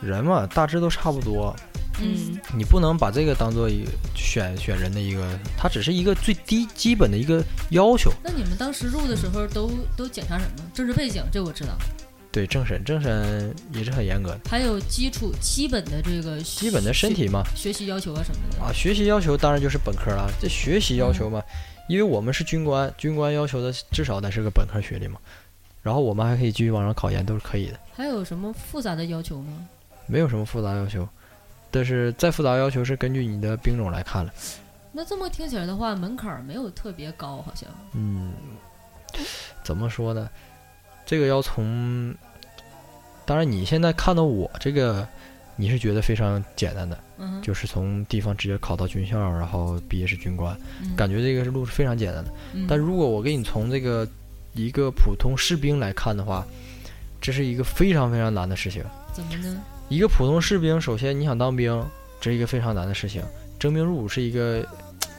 人嘛大致都差不多，嗯，你不能把这个当做一个选选人的一个，它只是一个最低基本的一个要求。 那你们当时入的时候都都检查什么？政治背景这我知道，对政审，政审也是很严格的，还有基础基本的这个基基本的身体嘛，学习要求啊什么的。啊，学习要求当然就是本科了，这学习要求嘛，因为我们是军官，军官要求的至少得是个本科学历嘛，然后我们还可以继续往上考研，都是可以的。还有什么复杂的要求吗？没有什么复杂要求，但是再复杂要求是根据你的兵种来看了。那这么听起来的话，门槛儿没有特别高，好像。嗯，怎么说呢？这个要从，当然你现在看到我这个，你是觉得非常简单的，嗯哼，就是从地方直接考到军校，然后毕业是军官，嗯感觉这个路是非常简单的。嗯但如果我给你从这个一个普通士兵来看的话，这是一个非常非常难的事情。怎么呢？一个普通士兵，首先你想当兵，这是一个非常难的事情，征兵入伍是一个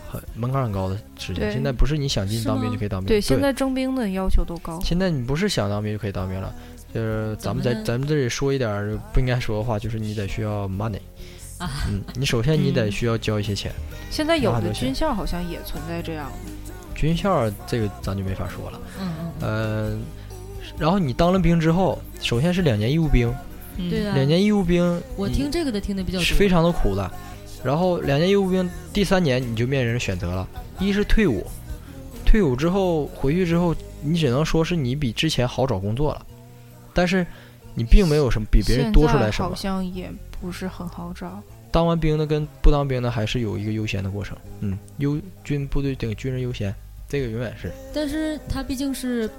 很门槛很高的事情。对现在不是你想进是当兵吗就可以当兵，对，现在征兵的要求都高。现在你不是想当兵就可以当兵了。就是咱们怎在么呢咱们这里说一点儿不应该说的话，就是你得需要 money 啊嗯，你首先你得嗯需要交一些钱。现在有那还的多钱军校好像也存在这样的。军校这个咱就没法说了，嗯嗯嗯，呃，然后你当了兵之后，首先是两年义务兵，对啊，两年义务兵，我听这个的听的比较多，是非常的苦的。然后两年义务兵，第三年你就面临着选择了，一是退伍，退伍之后回去之后，你只能说是你比之前好找工作了，但是你并没有什么比别人多出来什现在么好。像也不是很好找。当完兵的跟不当兵的还是有一个优先的过程，嗯，优军部队等军人优先，这个永远是但是他毕竟是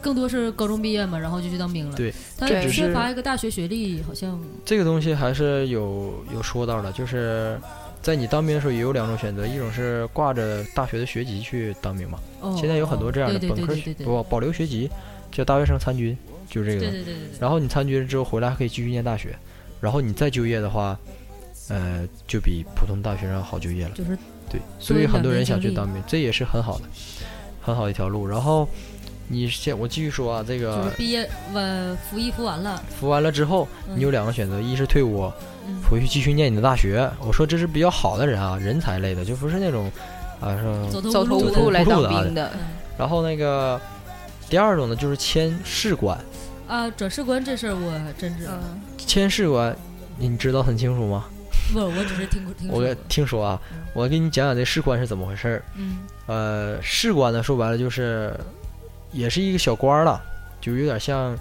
更多是高中毕业嘛，然后就去当兵了。对，他这只缺是乏一个大学学历，好像这个东西还是有有说到的，就是在你当兵的时候也有两种选择，一种是挂着大学的学籍去当兵嘛。哦，现在有很多这样的对本科对对学对对保保留学籍，叫大学生参军，就是这对个。对对对对，然后你参军之后回来还可以继续念大学，然后你再就业的话，呃，就比普通大学生好就业了。就是对，所以很多人想去两年经历当兵，这也是很好的，很好一条路。然后你先我继续说啊，这就个是毕业完服役服完了，服完了之后，嗯你有两个选择，一是退伍嗯回去继续念你的大学。我说这是比较好的人啊，人才类的，就不是那种啊说走走投投无无路嗯路来当走投无路兵的，然后那个第二种呢，就是签士官。啊，转士官这事儿我真知道，嗯，签士官，你知道很清楚吗？不，我只是听过听说过我给。听说啊，我给你讲讲这士官是怎么回事儿。嗯呃，士官呢，说白了就是，也是一个小官儿了，就有点像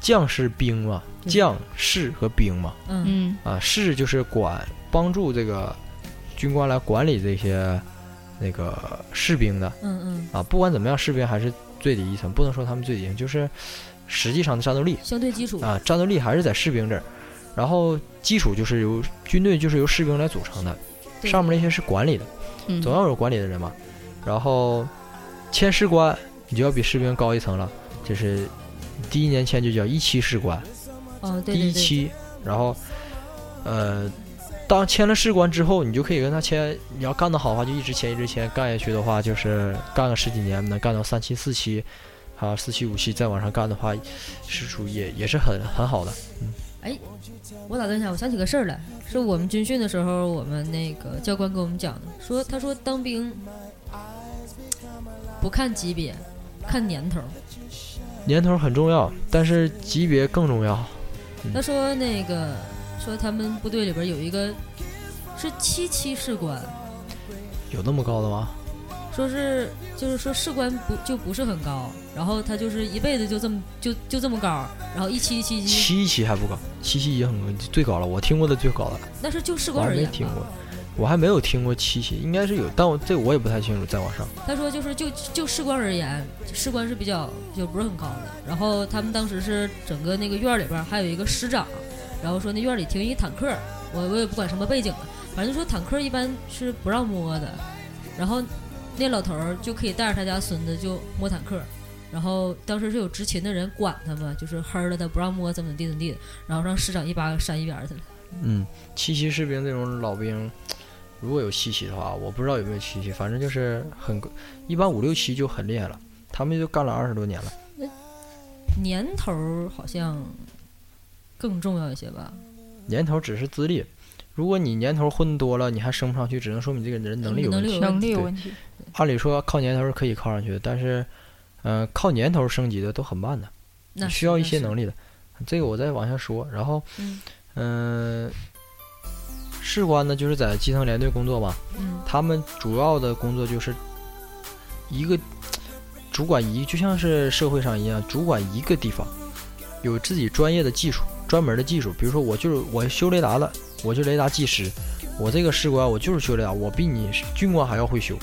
将士兵嘛，对将士和兵嘛。嗯嗯啊，士就是管帮助这个军官来管理这些那个士兵的嗯嗯，啊。不管怎么样，士兵还是最底一层，不能说他们最底层，就是实际上的战斗力相对基础。啊，战斗力还是在士兵这儿。然后基础就是由军队就是由士兵来组成的，对上面那些是管理的，嗯，总要有管理的人嘛。然后签士官，你就要比士兵高一层了，就是第一年签就叫一期士官。哦，对第对一对，期，然后，呃，当签了士官之后，你就可以跟他签。你要干得好的话，就一直签，一直签，干下去的话，就是干个十几年，能干到三期、四期，还有四期、五期，再往上干的话，是属于也也是很很好的。我打断一下，我想起个事儿来，是我们军训的时候，我们那个教官跟我们讲的，说他说当兵不看级别，看年头儿。年头很重要，但是级别更重要。嗯他说那个说他们部队里边有一个是七期士官，有那么高的吗？说是就是说士官不就不是很高，然后他就是一辈子就这么就就这么高，然后一期一期嗯一期，七期还不高，七期已经很高，最高了，我听过的最高了。那是就士我官还而啊没言听吧过。，我还没有听过七期，应该是有，但我这我也不太清楚。再往上，他说就是就就士官而言，士官是比较就不是很高的。然后他们当时是整个那个院儿里边儿还有一个师长，然后说那院儿里停一坦克儿，我我也不管什么背景了，反正就说坦克儿一般是不让摸的。然后那老头儿就可以带着他家孙子就摸坦克儿，然后当时是有执勤的人管他们，就是黑儿了他不让摸，怎么地怎么地的，然后让师长一巴掌扇一边儿去了。嗯，七七士兵这种老兵，如果有七七的话，我不知道有没有七七，反正就是很，一般五六七就很厉害了，他们就干了二十多年了。年头儿好像更重要一些吧。年头只是资历，如果你年头混多了，你还升不上去，只能说明你这个人能力有能问力题有。能力有问题，按理说靠年头是可以靠上去的，但是，呃，靠年头升级的都很慢的，那需要一些力。能力的。这个我再往下说，然后，嗯嗯、士官呢就是在基层连队工作嘛，嗯。他们主要的工作就是一个主管一，就像是社会上一样，主管一个地方，有自己专业的技术，专门的技术。比如说，我就是我修雷达的，我就雷达技师，我这个士官我就是修雷达，我比你军官还要会修，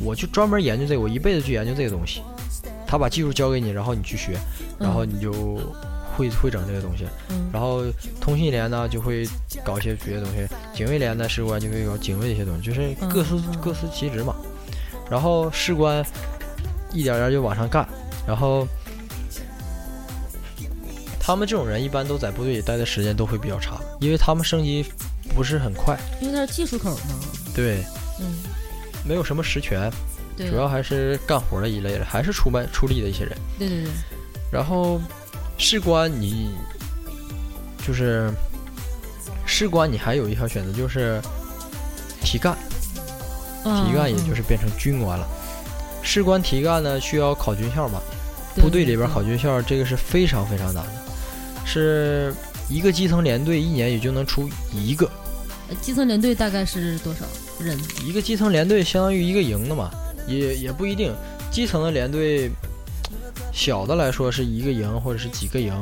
我就专门研究这个，我一辈子去研究这个东西。他把技术交给你，然后你去学，然后你就会会整这个东西。嗯然后通信连呢就会搞一些别的东西，警卫连呢士官就会搞警卫一些东西，就是各司、嗯各司其职嘛。然后士官一点点就往上干，然后他们这种人一般都在部队里待的时间都会比较长，因为他们升级不是很快，因为它是技术口嘛，对，嗯，没有什么实权，对，主要还是干活的一类人，还是出卖出力的一些人。对对对，然后士官你就是士官，你还有一条选择就是提干，嗯提干啊也就是变成军官了。士官提干呢需要考军校嘛，嗯部队里边考，军校这个是非常非常难的，是一个基层连队一年也就能出一个，嗯基层连队大概是多少人？一个基层连队相当于一个营的嘛，也也不一定，基层的连队小的来说是一个营或者是几个营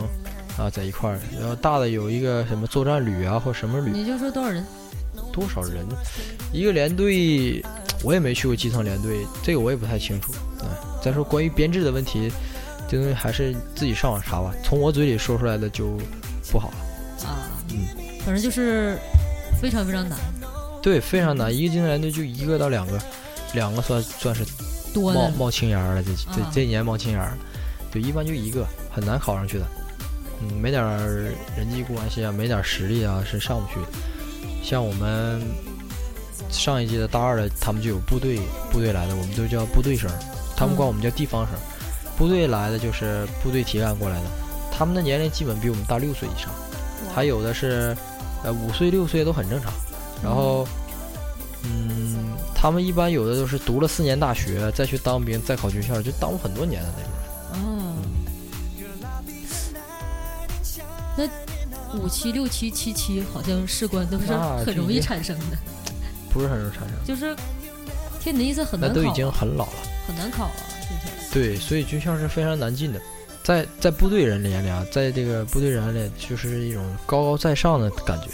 啊在一块儿，然后大的有一个什么作战旅啊或什么旅，你就说多少人？多少人？一个连队我也没去过基层连队，这个我也不太清楚。啊、再说关于编制的问题，这东西还是自己上网查吧，从我嘴里说出来的就不好了。啊，嗯反正就是非常非常难，对，非常难，一个基层连队就一个到两个，两个算算是多冒的冒青烟儿了，这这啊这年冒青烟儿了，对，一般就一个，很难考上去的。嗯，没点儿人际关系啊，没点儿实力啊，是上不去的。像我们上一届的大二的，他们就有部队部队来的，我们都叫部队生，他嗯们管我们叫地方生。部队来的就是部队提干过来的，他们的年龄基本比我们大六岁以上，还有的是呃五岁六岁都很正常。然后，嗯，他们一般有的都是读了四年大学，再去当兵，再考军校，就耽误很多哦年的那种人。哦。那五七、六七、七七，好像士官都是啊很容易这产生的，不是很容易产生，就是听你的意思很那难考都啊，已经很老了。很难考啊，听起来。对，所以军校是非常难进的，在在部队人的眼里啊，在这个部队人眼里，就是一种高高在上的感觉，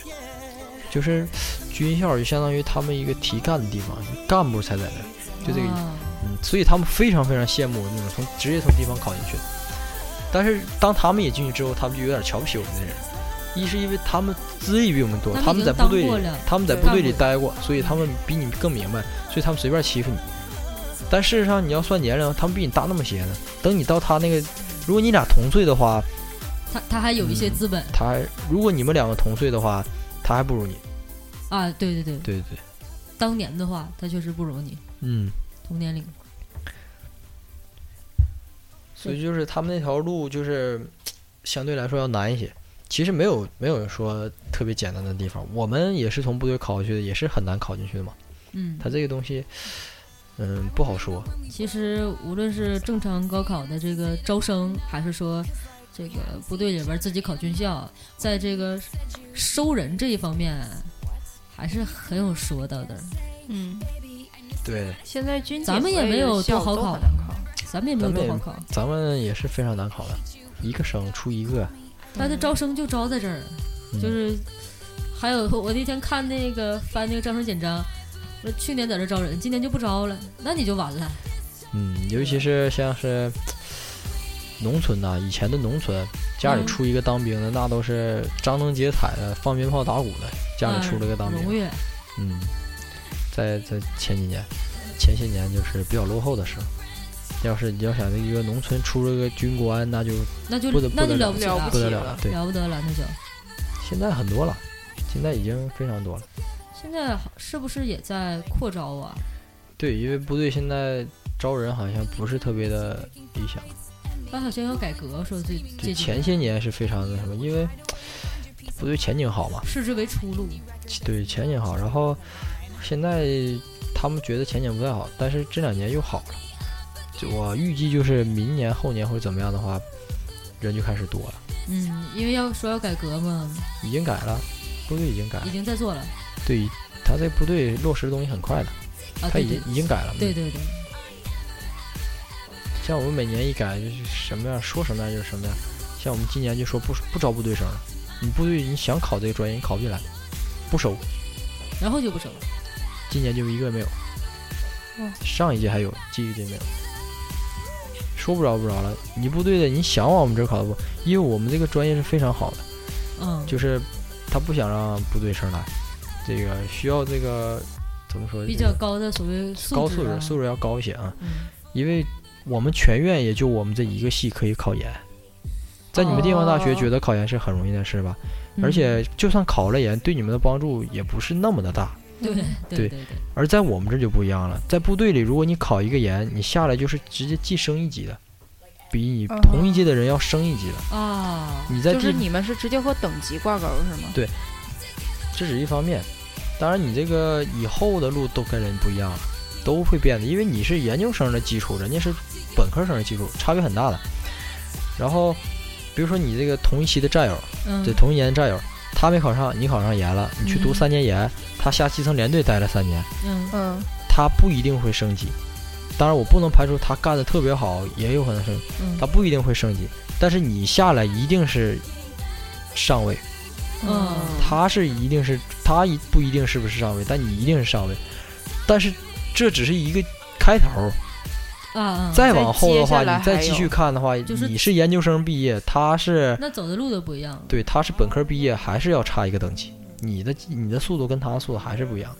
就是军校就相当于他们一个提干的地方，干部才在那儿，就这个意思。啊嗯，所以他们非常非常羡慕那种从直接从地方考进去的。但是当他们也进去之后，他们就有点瞧不起我们的人。一是因为他们资历比我们多，他他们们已在经部队当过里了，他们在对部队里干过待过，所以他们比你更明白，所以他们随便欺负你。但事实上，你要算年龄，他们比你大那么些呢。等你到他那个，如果你俩同岁的话，他他还有一嗯些资本、他还如果你们两个同岁的话，他还不如你。啊，对对对，对对对，当年的话，他确实不如你嗯，同年龄。所以就是他们那条路就是相对来说要难一些。其实没有没有说特别简单的地方，我们也是从部队考过去的，也是很难考进去的嘛。嗯，它这个东西，嗯，不好说。其实无论是正常高考的这个招生，还是说这个部队里边自己考军校，在这个收人这一方面，还是很有说道的。嗯，对，现在军咱们也没有多好考很难考，咱们也没有咱们多也好考，咱们也是非常难考的，一个省出一个。但是招生就招在这儿，嗯就是还有我那天看那个翻那个招生简章，说去年在这招人，今年就不招了，那你就完了。嗯，尤其是像是农村呐、以前的农村，家里嗯出一个当兵的，那都是张灯结彩的，放鞭炮打鼓的，家里啊出了个当兵的荣。誉，嗯，在在前几年，前些年就是比较落后的时候。要是你要想一个农村出了个军官，那就那就不得那不就得了了不起了不不起得了了了。对，了不得了，那就。现在很多了，现在已经非常多了。现在好是不是也在扩招啊？对，因为部队现在招人好像不是特别的理想。他好像要改革，说这这对，前些年是非常那什么，因为部队前景好嘛，视之为出路。对前景好，然后现在他们觉得前景不太好，但是这两年又好了。就我预计就是明年后年或者怎么样的话，人就开始多了，嗯，因为要说要改革嘛，已经改了，部队已经改了已，经在做了对他这部队落实的东西很快的，啊。他对已经对已经改了。对对对，像我们每年一改就是什么样说什么样就是什么样，像我们今年就说不不招部队生了，你部队你想考这个专业你考不进来，不收，然后就不收了。今年就一个也没有。上一届还有，这一届没有。说不着不着了，你部队的你想往我们这儿考的不？因为我们这个专业是非常好的，嗯，就是他不想让部队生来，这个需要这个怎么说？比较高的所谓素高素质啊质，素质要高一些啊。嗯因为我们全院也就我们这一个系可以考研，在你们地方大学哦觉得考研是很容易的事吧？嗯而且就算考了研，对你们的帮助也不是那么的大。对对对对对，而在我们这就不一样了，在部队里，如果你考一个研，你下来就是直接晋升一级的，比你嗯同一届的人要升一级的。啊，你在就这、是你们是直接和等级挂钩是吗？这是一方面，当然你这个以后的路都跟人不一样了，都会变的，因为你是研究生的基础，人家是本科生的基础，差别很大的。然后，比如说你这个同一期的战友，嗯对，同一年的战友，他没考上，你考上研了，你去读嗯三年研，他下基层连队待了三年，嗯嗯，他不一定会升级。当然，我不能排除他干的特别好，也有可能升级，嗯他不一定会升级。但是你下来一定是上位，嗯他是一定是他一不一定是不是上位，但你一定是上位。但是这只是一个开头，啊啊，再往后的话，再接下来你再继还续有看的话，就是你是研究生毕业，他是那走的路都不一样了。对他是本科毕业，还是要差一个等级。你的你的速度跟他的速度还是不一样。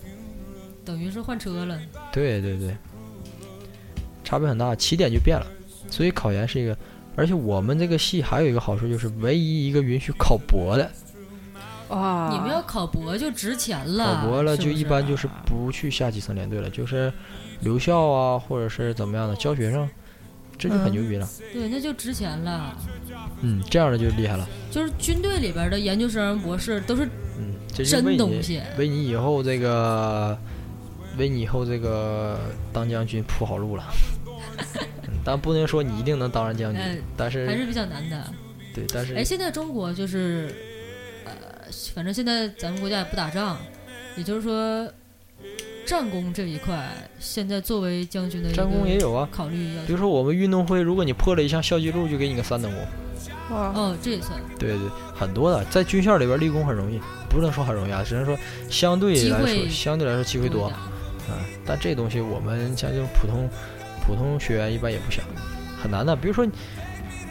等于是换车了。对对对，差别很大，起点就变了。所以考研是一个，而且我们这个系还有一个好处就是唯一一个允许考博的，哇，你们要考博就值钱了，啊考博了是不就一般就是啊不去下基层连队了，就是留校啊，或者是怎么样的教学生，这就嗯很牛逼了。对，那就值钱了。嗯，这样的就厉害了。就是军队里边的研究生、博士都是嗯，这是为真东你西，为你以后这个为你以后这个当将军铺 好路了。嗯但不能说你一定能当上将军嗯，但还是是比较难的。对，但是哎，现在中国就是，呃，反正现在咱们国家也不打仗，也就是说，战功这一块，现在作为将军的一战功个也有啊。考虑要比如说我们运动会，如果你破了一项校纪录，就给你个三等功。哇，哦，这也算对对，很多的，在军校里边立功很容易，不能说很容易啊，只能说相对来机说会相对来说机会多一啊点。但这东西我们像这种普通普通学员一般也不想，很难的。比如说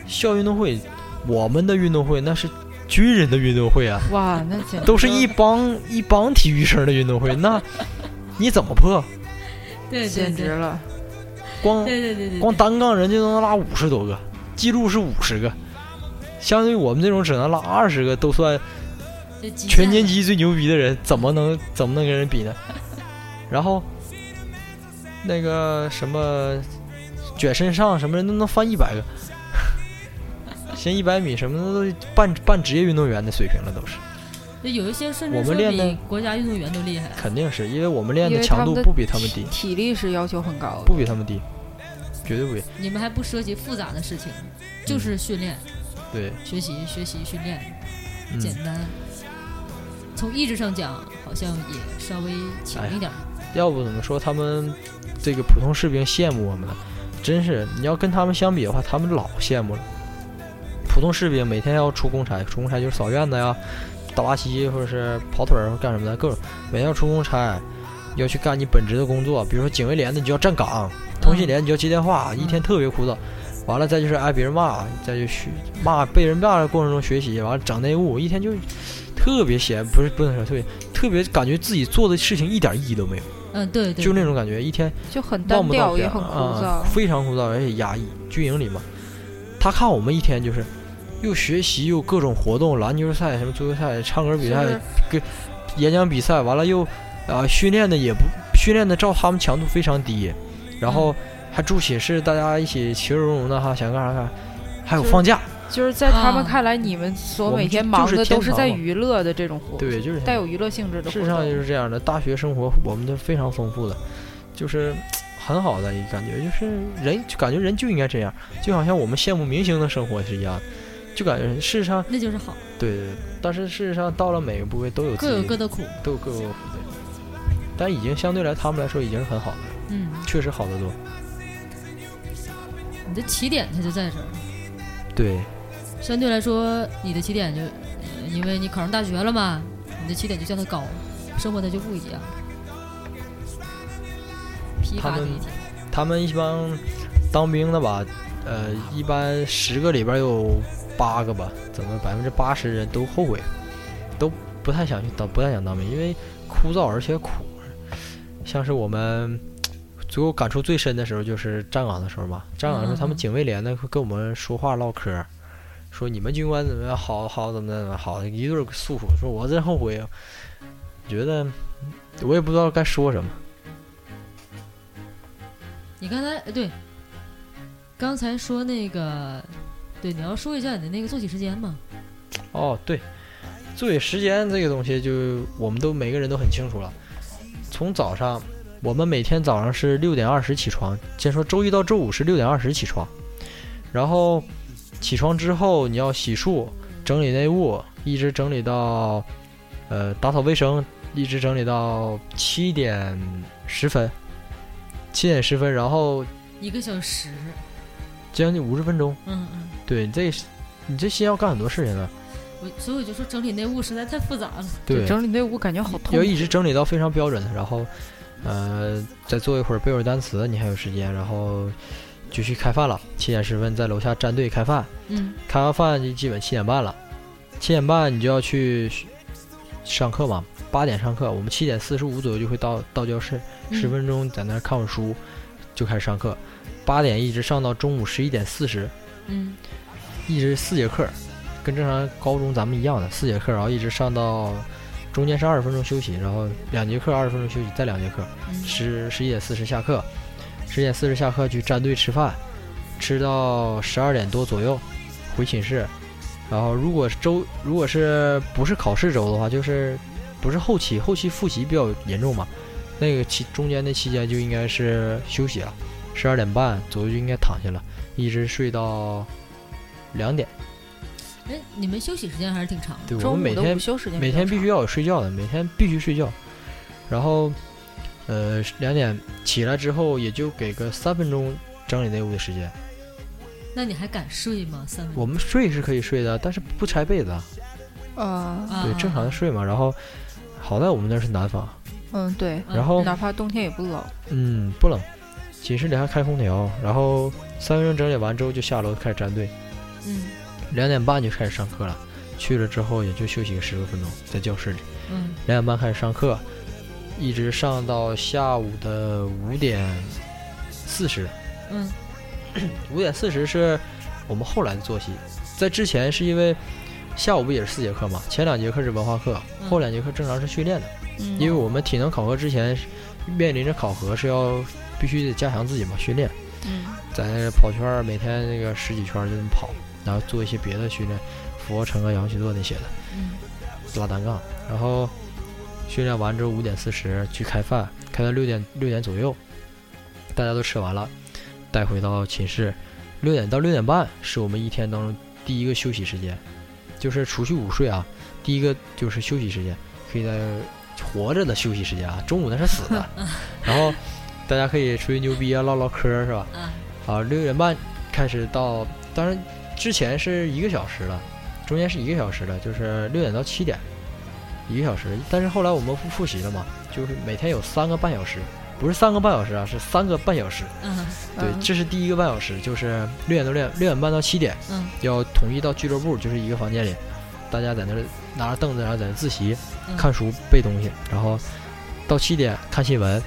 校运动会，我们的运动会那是军人的运动会啊，哇，那简直都是一帮一帮体育生的运动会，那你怎么破？对对简直对了， 光对对对对，光单杠人就能拉五十多个，记录是五十个，相对于我们这种只能拉二十个都算。这极全限年级最牛逼的人，怎么能怎么能跟人比呢？ 然后那个什么卷身上什么人都能翻一百个， 先一百米什么的都半半职业运动员的水平了，都是就有一些甚至我说们练的比国家运动员都厉害。肯定是因为我们练因的为强度他们的不比他们低，体力是要求很高的不。比他们低，绝对不比。你们还不涉及复杂的事情，就是训练、对，学习、学习、训练，嗯，简单。从意志上讲，好像也稍微强一点。要不怎么说他们这个普通士兵羡慕我们呢？真是，你要跟他们相比的话，他们老羡慕了。普通士兵每天要出公差，出公差就是扫院子呀、打拉稀或者是跑腿儿干什么的，各种每天要出公差，要去干你本职的工作，比如说警卫连的你就要站岗，通信连你就要接电话，一天特别枯燥。完了，再就是啊挨别人骂，再就学骂被人骂的过程中学习，完了整内务，一天就特别闲，不是不能说特别特别感觉自己做的事情一点意义都没有。嗯，对对，就那种感觉，一天就很单忘不到调，别也人很枯啊燥，。非常枯燥，而且压抑。军营里嘛，他看我们一天就是又学习又各种活动，篮球赛、什么足球赛、唱歌嗯比赛、是演讲比赛，完了又啊、训练的也不训练的照他们强度非常低，然嗯后还住寝室，大家一起其乐融融的哈，想干啥干啥。还有就是放假，就是在他们啊看来，你们所我们每就天就忙是的天都是堂在嘛娱乐的这种活，对，就是带有娱乐性质的活事动。实上就是这样的，大学生活我们都非常丰富的，就是很好的一个感觉，就是人就感觉人就应该这样，就好像我们羡慕明星的生活是一样的，就感觉事实上那就是好，对对对，但是事实上到了每个部位都有自各有己各的苦。都有各有各的部位，但已经相对来他们来说已经是很好了，嗯，确实好得多。你的起点它就在这儿。对，相对来说，你的起点就，呃因为你考上大学了嘛，你的起点就相对高，生活它就不一样。批发他的们一天，他们一帮当兵的吧，呃，一般十个里边有八个吧，怎么百分之八十人都后悔，都不太想去当，不太想当兵，因为枯燥而且苦。像是我们最后感触最深的时候，就是站岗的时候嘛，站岗的时候他们嗯警卫连的会跟我们说话唠嗑儿。说你们军官怎么样好好怎么怎么好，一顿诉苦。说我真后悔啊，觉得我也不知道该说什么。你刚才呃对，刚才说那个，对，你要说一下你的那个作息时间嘛。哦，对，作息时间这个东西就，我们都每个人都很清楚了。从早上，我们每天早上是六点二十起床，先说周一到周五是六点二十起床，然后起床之后你要洗漱、整理内务，一直整理到呃打扫卫生，一直整理到七点十分，七点十分，然后一个小时，将近五十分钟。嗯嗯，对，你这你这先要干很多事情呢。我所以我就说整理内务实在太复杂了。对，整理队伍感觉好痛要苦。一直整理到非常标准的，然后，呃，再做一会儿背会儿单词，你还有时间，然后就去开饭了。七点十分在楼下站队开饭，嗯，开完饭就基本七点半了。七点半你就要去学上课嘛，八点上课，我们七点四十五左右就会到到教室，嗯十分钟在那儿看会儿书，就开始上课。八点一直上到中午十一点四十，嗯，一直四节课，跟正常高中咱们一样的四节课，然后一直上到中间是二十分钟休息，然后两节课二十分钟休息，再两节课，嗯十十一点四十下课，十点四十下课去站队吃饭，吃到十二点多左右回寝室，然后如果是周如果是不是考试周的话，就是不是后期后期复习比较严重嘛，那个期中间的期间就应该是休息了，十二点半左右就应该躺下了，一直睡到两点。哎，你们休息时间还是挺长的。对我中们每午的天午休时间每比较天必须长要有睡觉的，每天必须睡觉。然后，呃，两点起来之后，也就给个三分钟整理内务的时间。那你还敢睡吗？三分我钟们睡是可以睡的，但是不拆被子啊，啊，啊对，正常的睡嘛。然后，好在我们那儿是南方，嗯对，嗯然后哪怕冬天也不冷。嗯不冷，寝室里还开空调。然后三分钟整理完之后就下楼开始站队，嗯两点半就开始上课了。去了之后也就休息个十多分钟，在教室里。嗯两点半开始上课，一直上到下午的五点四十。嗯五点四十是我们后来的作息，在之前是因为下午不也是四节课嘛，前两节课是文化课，嗯后两节课正常是训练的，嗯因为我们体能考核之前是面临着考核是要必须得加强自己嘛，训练，嗯在那个跑圈儿，每天那个十几圈儿就这么跑，然后做一些别的训练，俯卧撑啊、仰卧起坐那些的。嗯拉单杠，然后训练完之后五点四十去开饭，开到六点六点左右，大家都吃完了，带回到寝室。六点到六点半是我们一天当中第一个休息时间，就是除去午睡啊，第一个就是休息时间，可以在活着的休息时间啊，中午那是死的。然后大家可以吹牛逼啊，唠唠嗑儿是吧？啊啊，六点半开始到，当然之前是一个小时了，中间是一个小时的，就是六点到七点，一个小时。但是后来我们复复习了嘛，就是每天有三个半小时，不是三个半小时啊，是三个半小时。嗯对，嗯这是第一个半小时，就是六点到六点六点半到七点，嗯要统一到俱乐部，就是一个房间里，大家在那儿拿着凳子，然后在那儿自习、嗯看书、背东西，然后到七点看新闻，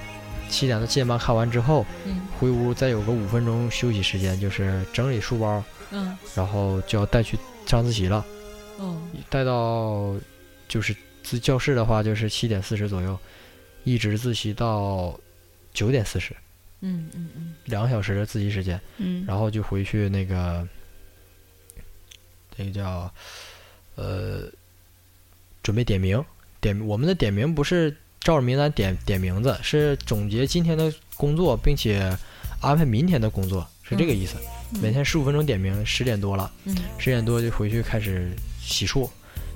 七点到七点半看完之后。嗯回屋再有个五分钟休息时间，就是整理书包，嗯然后就要带去上自习了。哦带到就是自教室的话，就是七点四十左右，一直自习到九点四十，嗯嗯嗯两个小时的自习时间，嗯然后就回去那个，那个叫呃，准备点名，点我们的点名不是照着名单点点名字，是总结今天的工作，并且安排明天的工作，是这个意思。每天十五分钟点名，十点多了，嗯十点多就回去开始洗漱，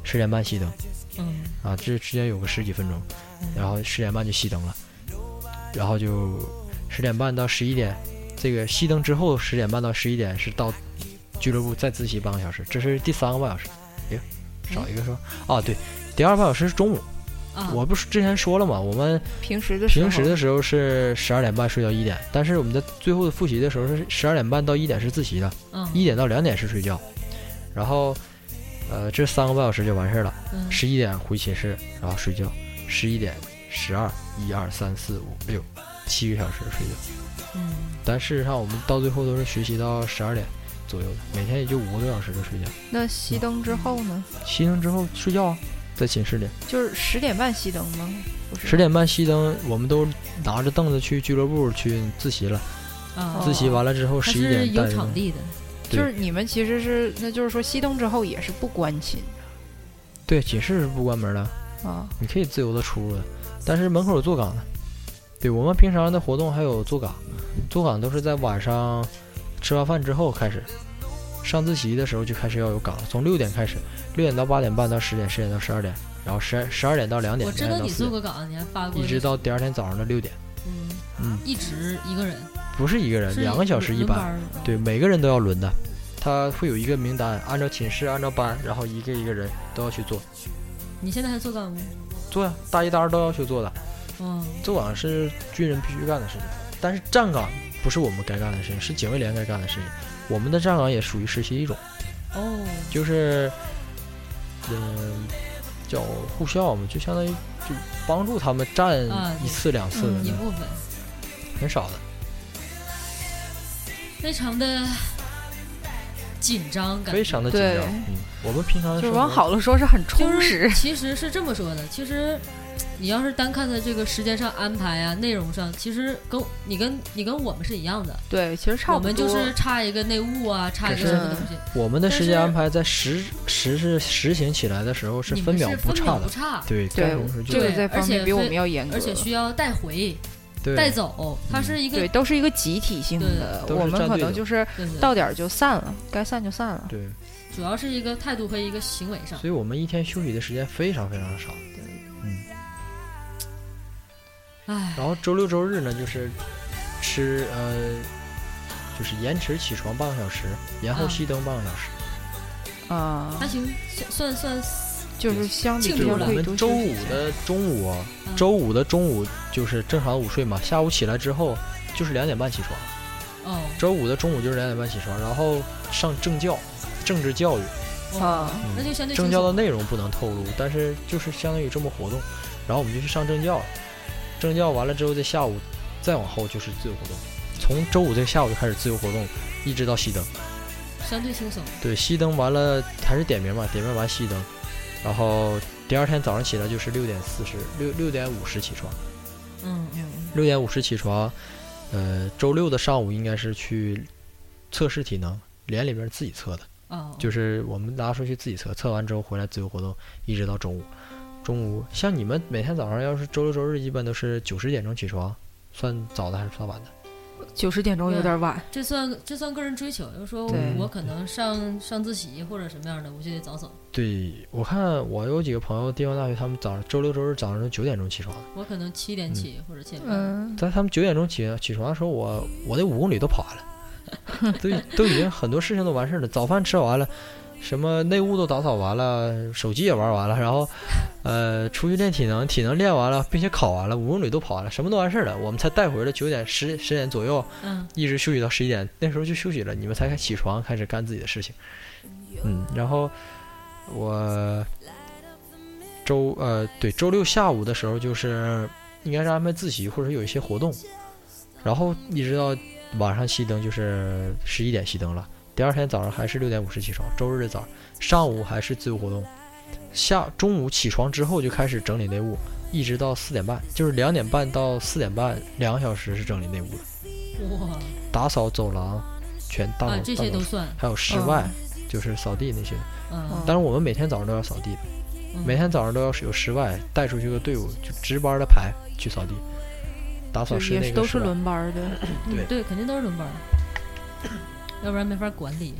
十点半熄灯嗯啊，这之间有个十几分钟，然后十点半就熄灯了，然后就十点半到十一点，这个熄灯之后十点半到十一点是到俱乐部再自习半个小时，这是第三个半小时，哎，少一个是吧？啊，对，第二个半小时是中午，啊我不是之前说了嘛，我们平时的时候平时的时候是十二点半睡到一点，但是我们在最后复习的时候是十二点半到一点是自习的。嗯一点到两点是睡觉，然后呃这三个半小时就完事儿了。嗯十一点回寝室，然后睡觉。十一点、十二、一二三四五六，七个小时睡觉。嗯但事实上，我们到最后都是学习到十二点左右的，每天也就五个多小时就睡觉。那熄灯之后呢？熄灯之后睡觉啊，在寝室里。就是十点半熄灯吗？不是十点半熄灯，我们都拿着凳子去俱乐部去自习了。啊自习完了之后，还十一是点有带着场地的就是你们其实是，那就是说熄灯之后也是不关寝对寝室是不关门的。啊，你可以自由的出入的，但是门口有坐岗的。对我们平常的活动还有坐岗，坐岗都是在晚上吃完饭之后开始，上自习的时候就开始要有岗了，从六点开始，六点到八点半到十点，十点到十二点，然后十十二点到两点，我知两道点到你四做点，过岗，你还发过一直到第二天早上的六点。嗯嗯，一直一个人不是一个人，是两个小时一轮班，儿的对，每个人都要轮的，他会有一个名单，按照寝室，按照班，然后一个一个人都要去做，你现在还做岗吗？做呀，大一、大二都要去做的。嗯这岗是军人必须干的事情，但是站岗不是我们该干的事情，是警卫连该干的事情。我们的站岗也属于实习一种，哦就是，嗯、叫护校嘛，就相当于就帮助他们站啊一次两次的，一部分很少的。非常的紧张感觉，非常的紧对张。嗯，我们平常就是生往活好了说是很充就是实。其实是这么说的，其实你要是单看它这个时间上安排啊、内容上，其实跟你跟你跟我们是一样的，对，其实差我不多。们就是差一个内务啊，差一个可什是么东西，我们的时间但是安排在实实是实行起来的时候是你分们是秒分不差秒的不，差，对，对干什么时候就这个对在而方且面比我非们要严格，而且需要带回，对带走，它是一个对，都是一个集体性的。对我都是们站可队的能就是对对到点儿就散了，该散就散了。对，主要是一个态度和一个行为上。所以我们一天休息的时间非常非常少。唉，然后周六周日呢，就是吃呃，就是延迟起床半个小时，延后啊熄灯半个小时。啊还，行，算算算就是相比进之就是步下了我可以多们周休息五一下的中午啊嗯，周五的中午就是正常午睡嘛，下午起来之后就是两点半起床。哦周五的中午就是两点半起床，然后上政教、政治教育。哦，啊，嗯那就相对政轻教松的内容不能透露，但是就是相当于这么活动，然后我们就去上政教了，政教完了之后，在下午再往后就是自由活动，从周五这个下午就开始自由活动，一直到熄灯。相对轻松。对，熄灯完了还是点名嘛，点名完熄灯，然后第二天早上起来就是六点四十六六点五十起床，嗯嗯六点五十起床，呃，周六的上午应该是去测试体能，连里边自己测的。哦，就是我们拿出去自己测，测完之后回来自由活动，一直到中午。中午像你们每天早上要是周六周日，一般都是九十点钟起床，算早的还是算晚的？九十点钟有点晚，这算这算个人追求。要说对我可能上上自习或者什么样的，我就得早走。对我看我有几个朋友，地方大学他们早上周六周日早上都九点钟起床，我可能七嗯点起或者七点半。嗯，在他们九点钟起起床的时候，我我的五公里都跑完了， 都已都已经很多事情都完事儿了，早饭吃完了。什么内务都打扫完了，手机也玩完了，然后，呃，出去练体能，体能练完了，并且考完了，五公里都跑完了，什么都完事儿了，我们才带回了九点十十点左右，嗯，一直休息到十一点，那时候就休息了，你们才开起床开始干自己的事情。嗯，然后我周呃对周六下午的时候就是应该是安排自习或者有一些活动，然后一直到晚上熄灯就是十一点熄灯了。第二天早上还是六点五十起床，周日的早上上午还是自由活动，下中午起床之后就开始整理内务，一直到四点半，就是两点半到四点半两个小时是整理内务的。哇打扫走廊，全大扫、啊，这些大都扫算。还有室外，就是扫地那些。嗯，嗯当然我们每天早上都要扫地的，嗯每天早上都要是有室外带出去个队伍，就值班的排去扫地，打扫就室嗯也内是跟都室是外。轮班儿的。嗯对对，肯定都是轮班儿，要不然没法管理。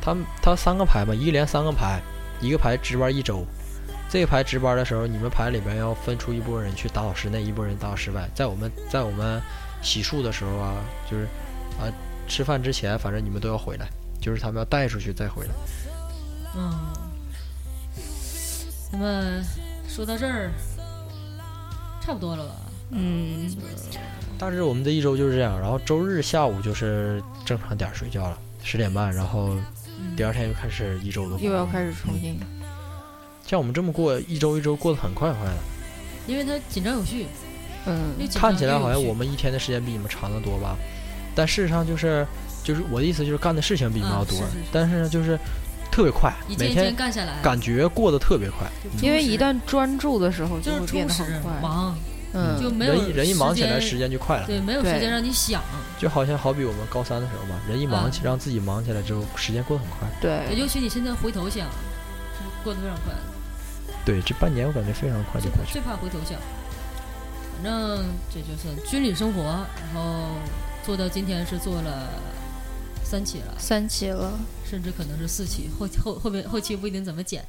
他们他三个排嘛，一连三个排，一个排值班一周。这个排值班的时候，你们排里边要分出一拨人去打扫室内，一拨人打扫室外。在我们在我们洗漱的时候啊，就是啊吃饭之前，反正你们都要回来，就是他们要带出去再回来。嗯，那么说到这儿，差不多了吧？嗯，大致我们的一周就是这样，然后周日下午就是正常点儿睡觉了，十点半，然后嗯第二天又开始一周的活动又要开始重新。像我们这么过一周一周过得很快很快的，因为它紧张有序，嗯又，紧张看起来好又像有我序们一天的时间比你们长得多吧，但事实上就是就是我的意思就是干的事情比你们要多，嗯是是是但是呢就是特别快一，件每一天件干下来，感觉过得特别快，就充因为实一旦专注的时候，就会是变充得实很快。忙，嗯，就没有人一人一忙起来时时间，间就快了，对，没有时对间让你想，就好像好比我们高三的时候吧，人一忙起、啊让自己忙起来之后，时间过得很快。对，尤其你现在回头想，是过得非常快，对，这半年我感觉非常快就最过去了。最怕回头想。反正这就是军旅生活，然后做到今天是做了三期了，三期了，甚至可能是四期，后后后面后期不一定怎么剪。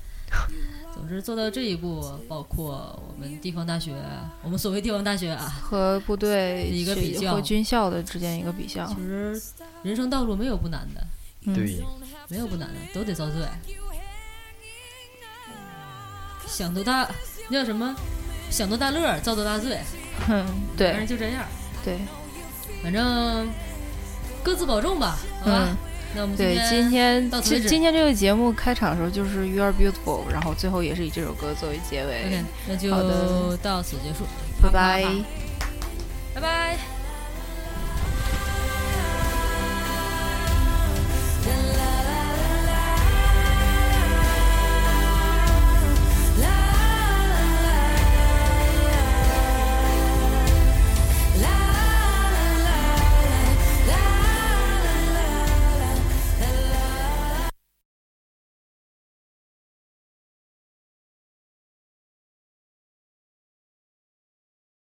总之做到这一步，包括我们地方大学，啊我们所谓地方大学啊，和部队一个去比较和军校的之间一个比较其。实人生道路没有不难的，嗯，对，没有不难的，都得遭罪。想多大，那叫什么？想多大乐儿，遭多大罪。哼，反嗯对正就这样，对，反正各自保重吧，好吧？嗯，那我们今对，天今天到此为今止今天这个节目开场的时候就是《You Are Beautiful》，然后最后也是以这首歌作为结 OK，尾，那好就的到此结束，拜拜。拜拜。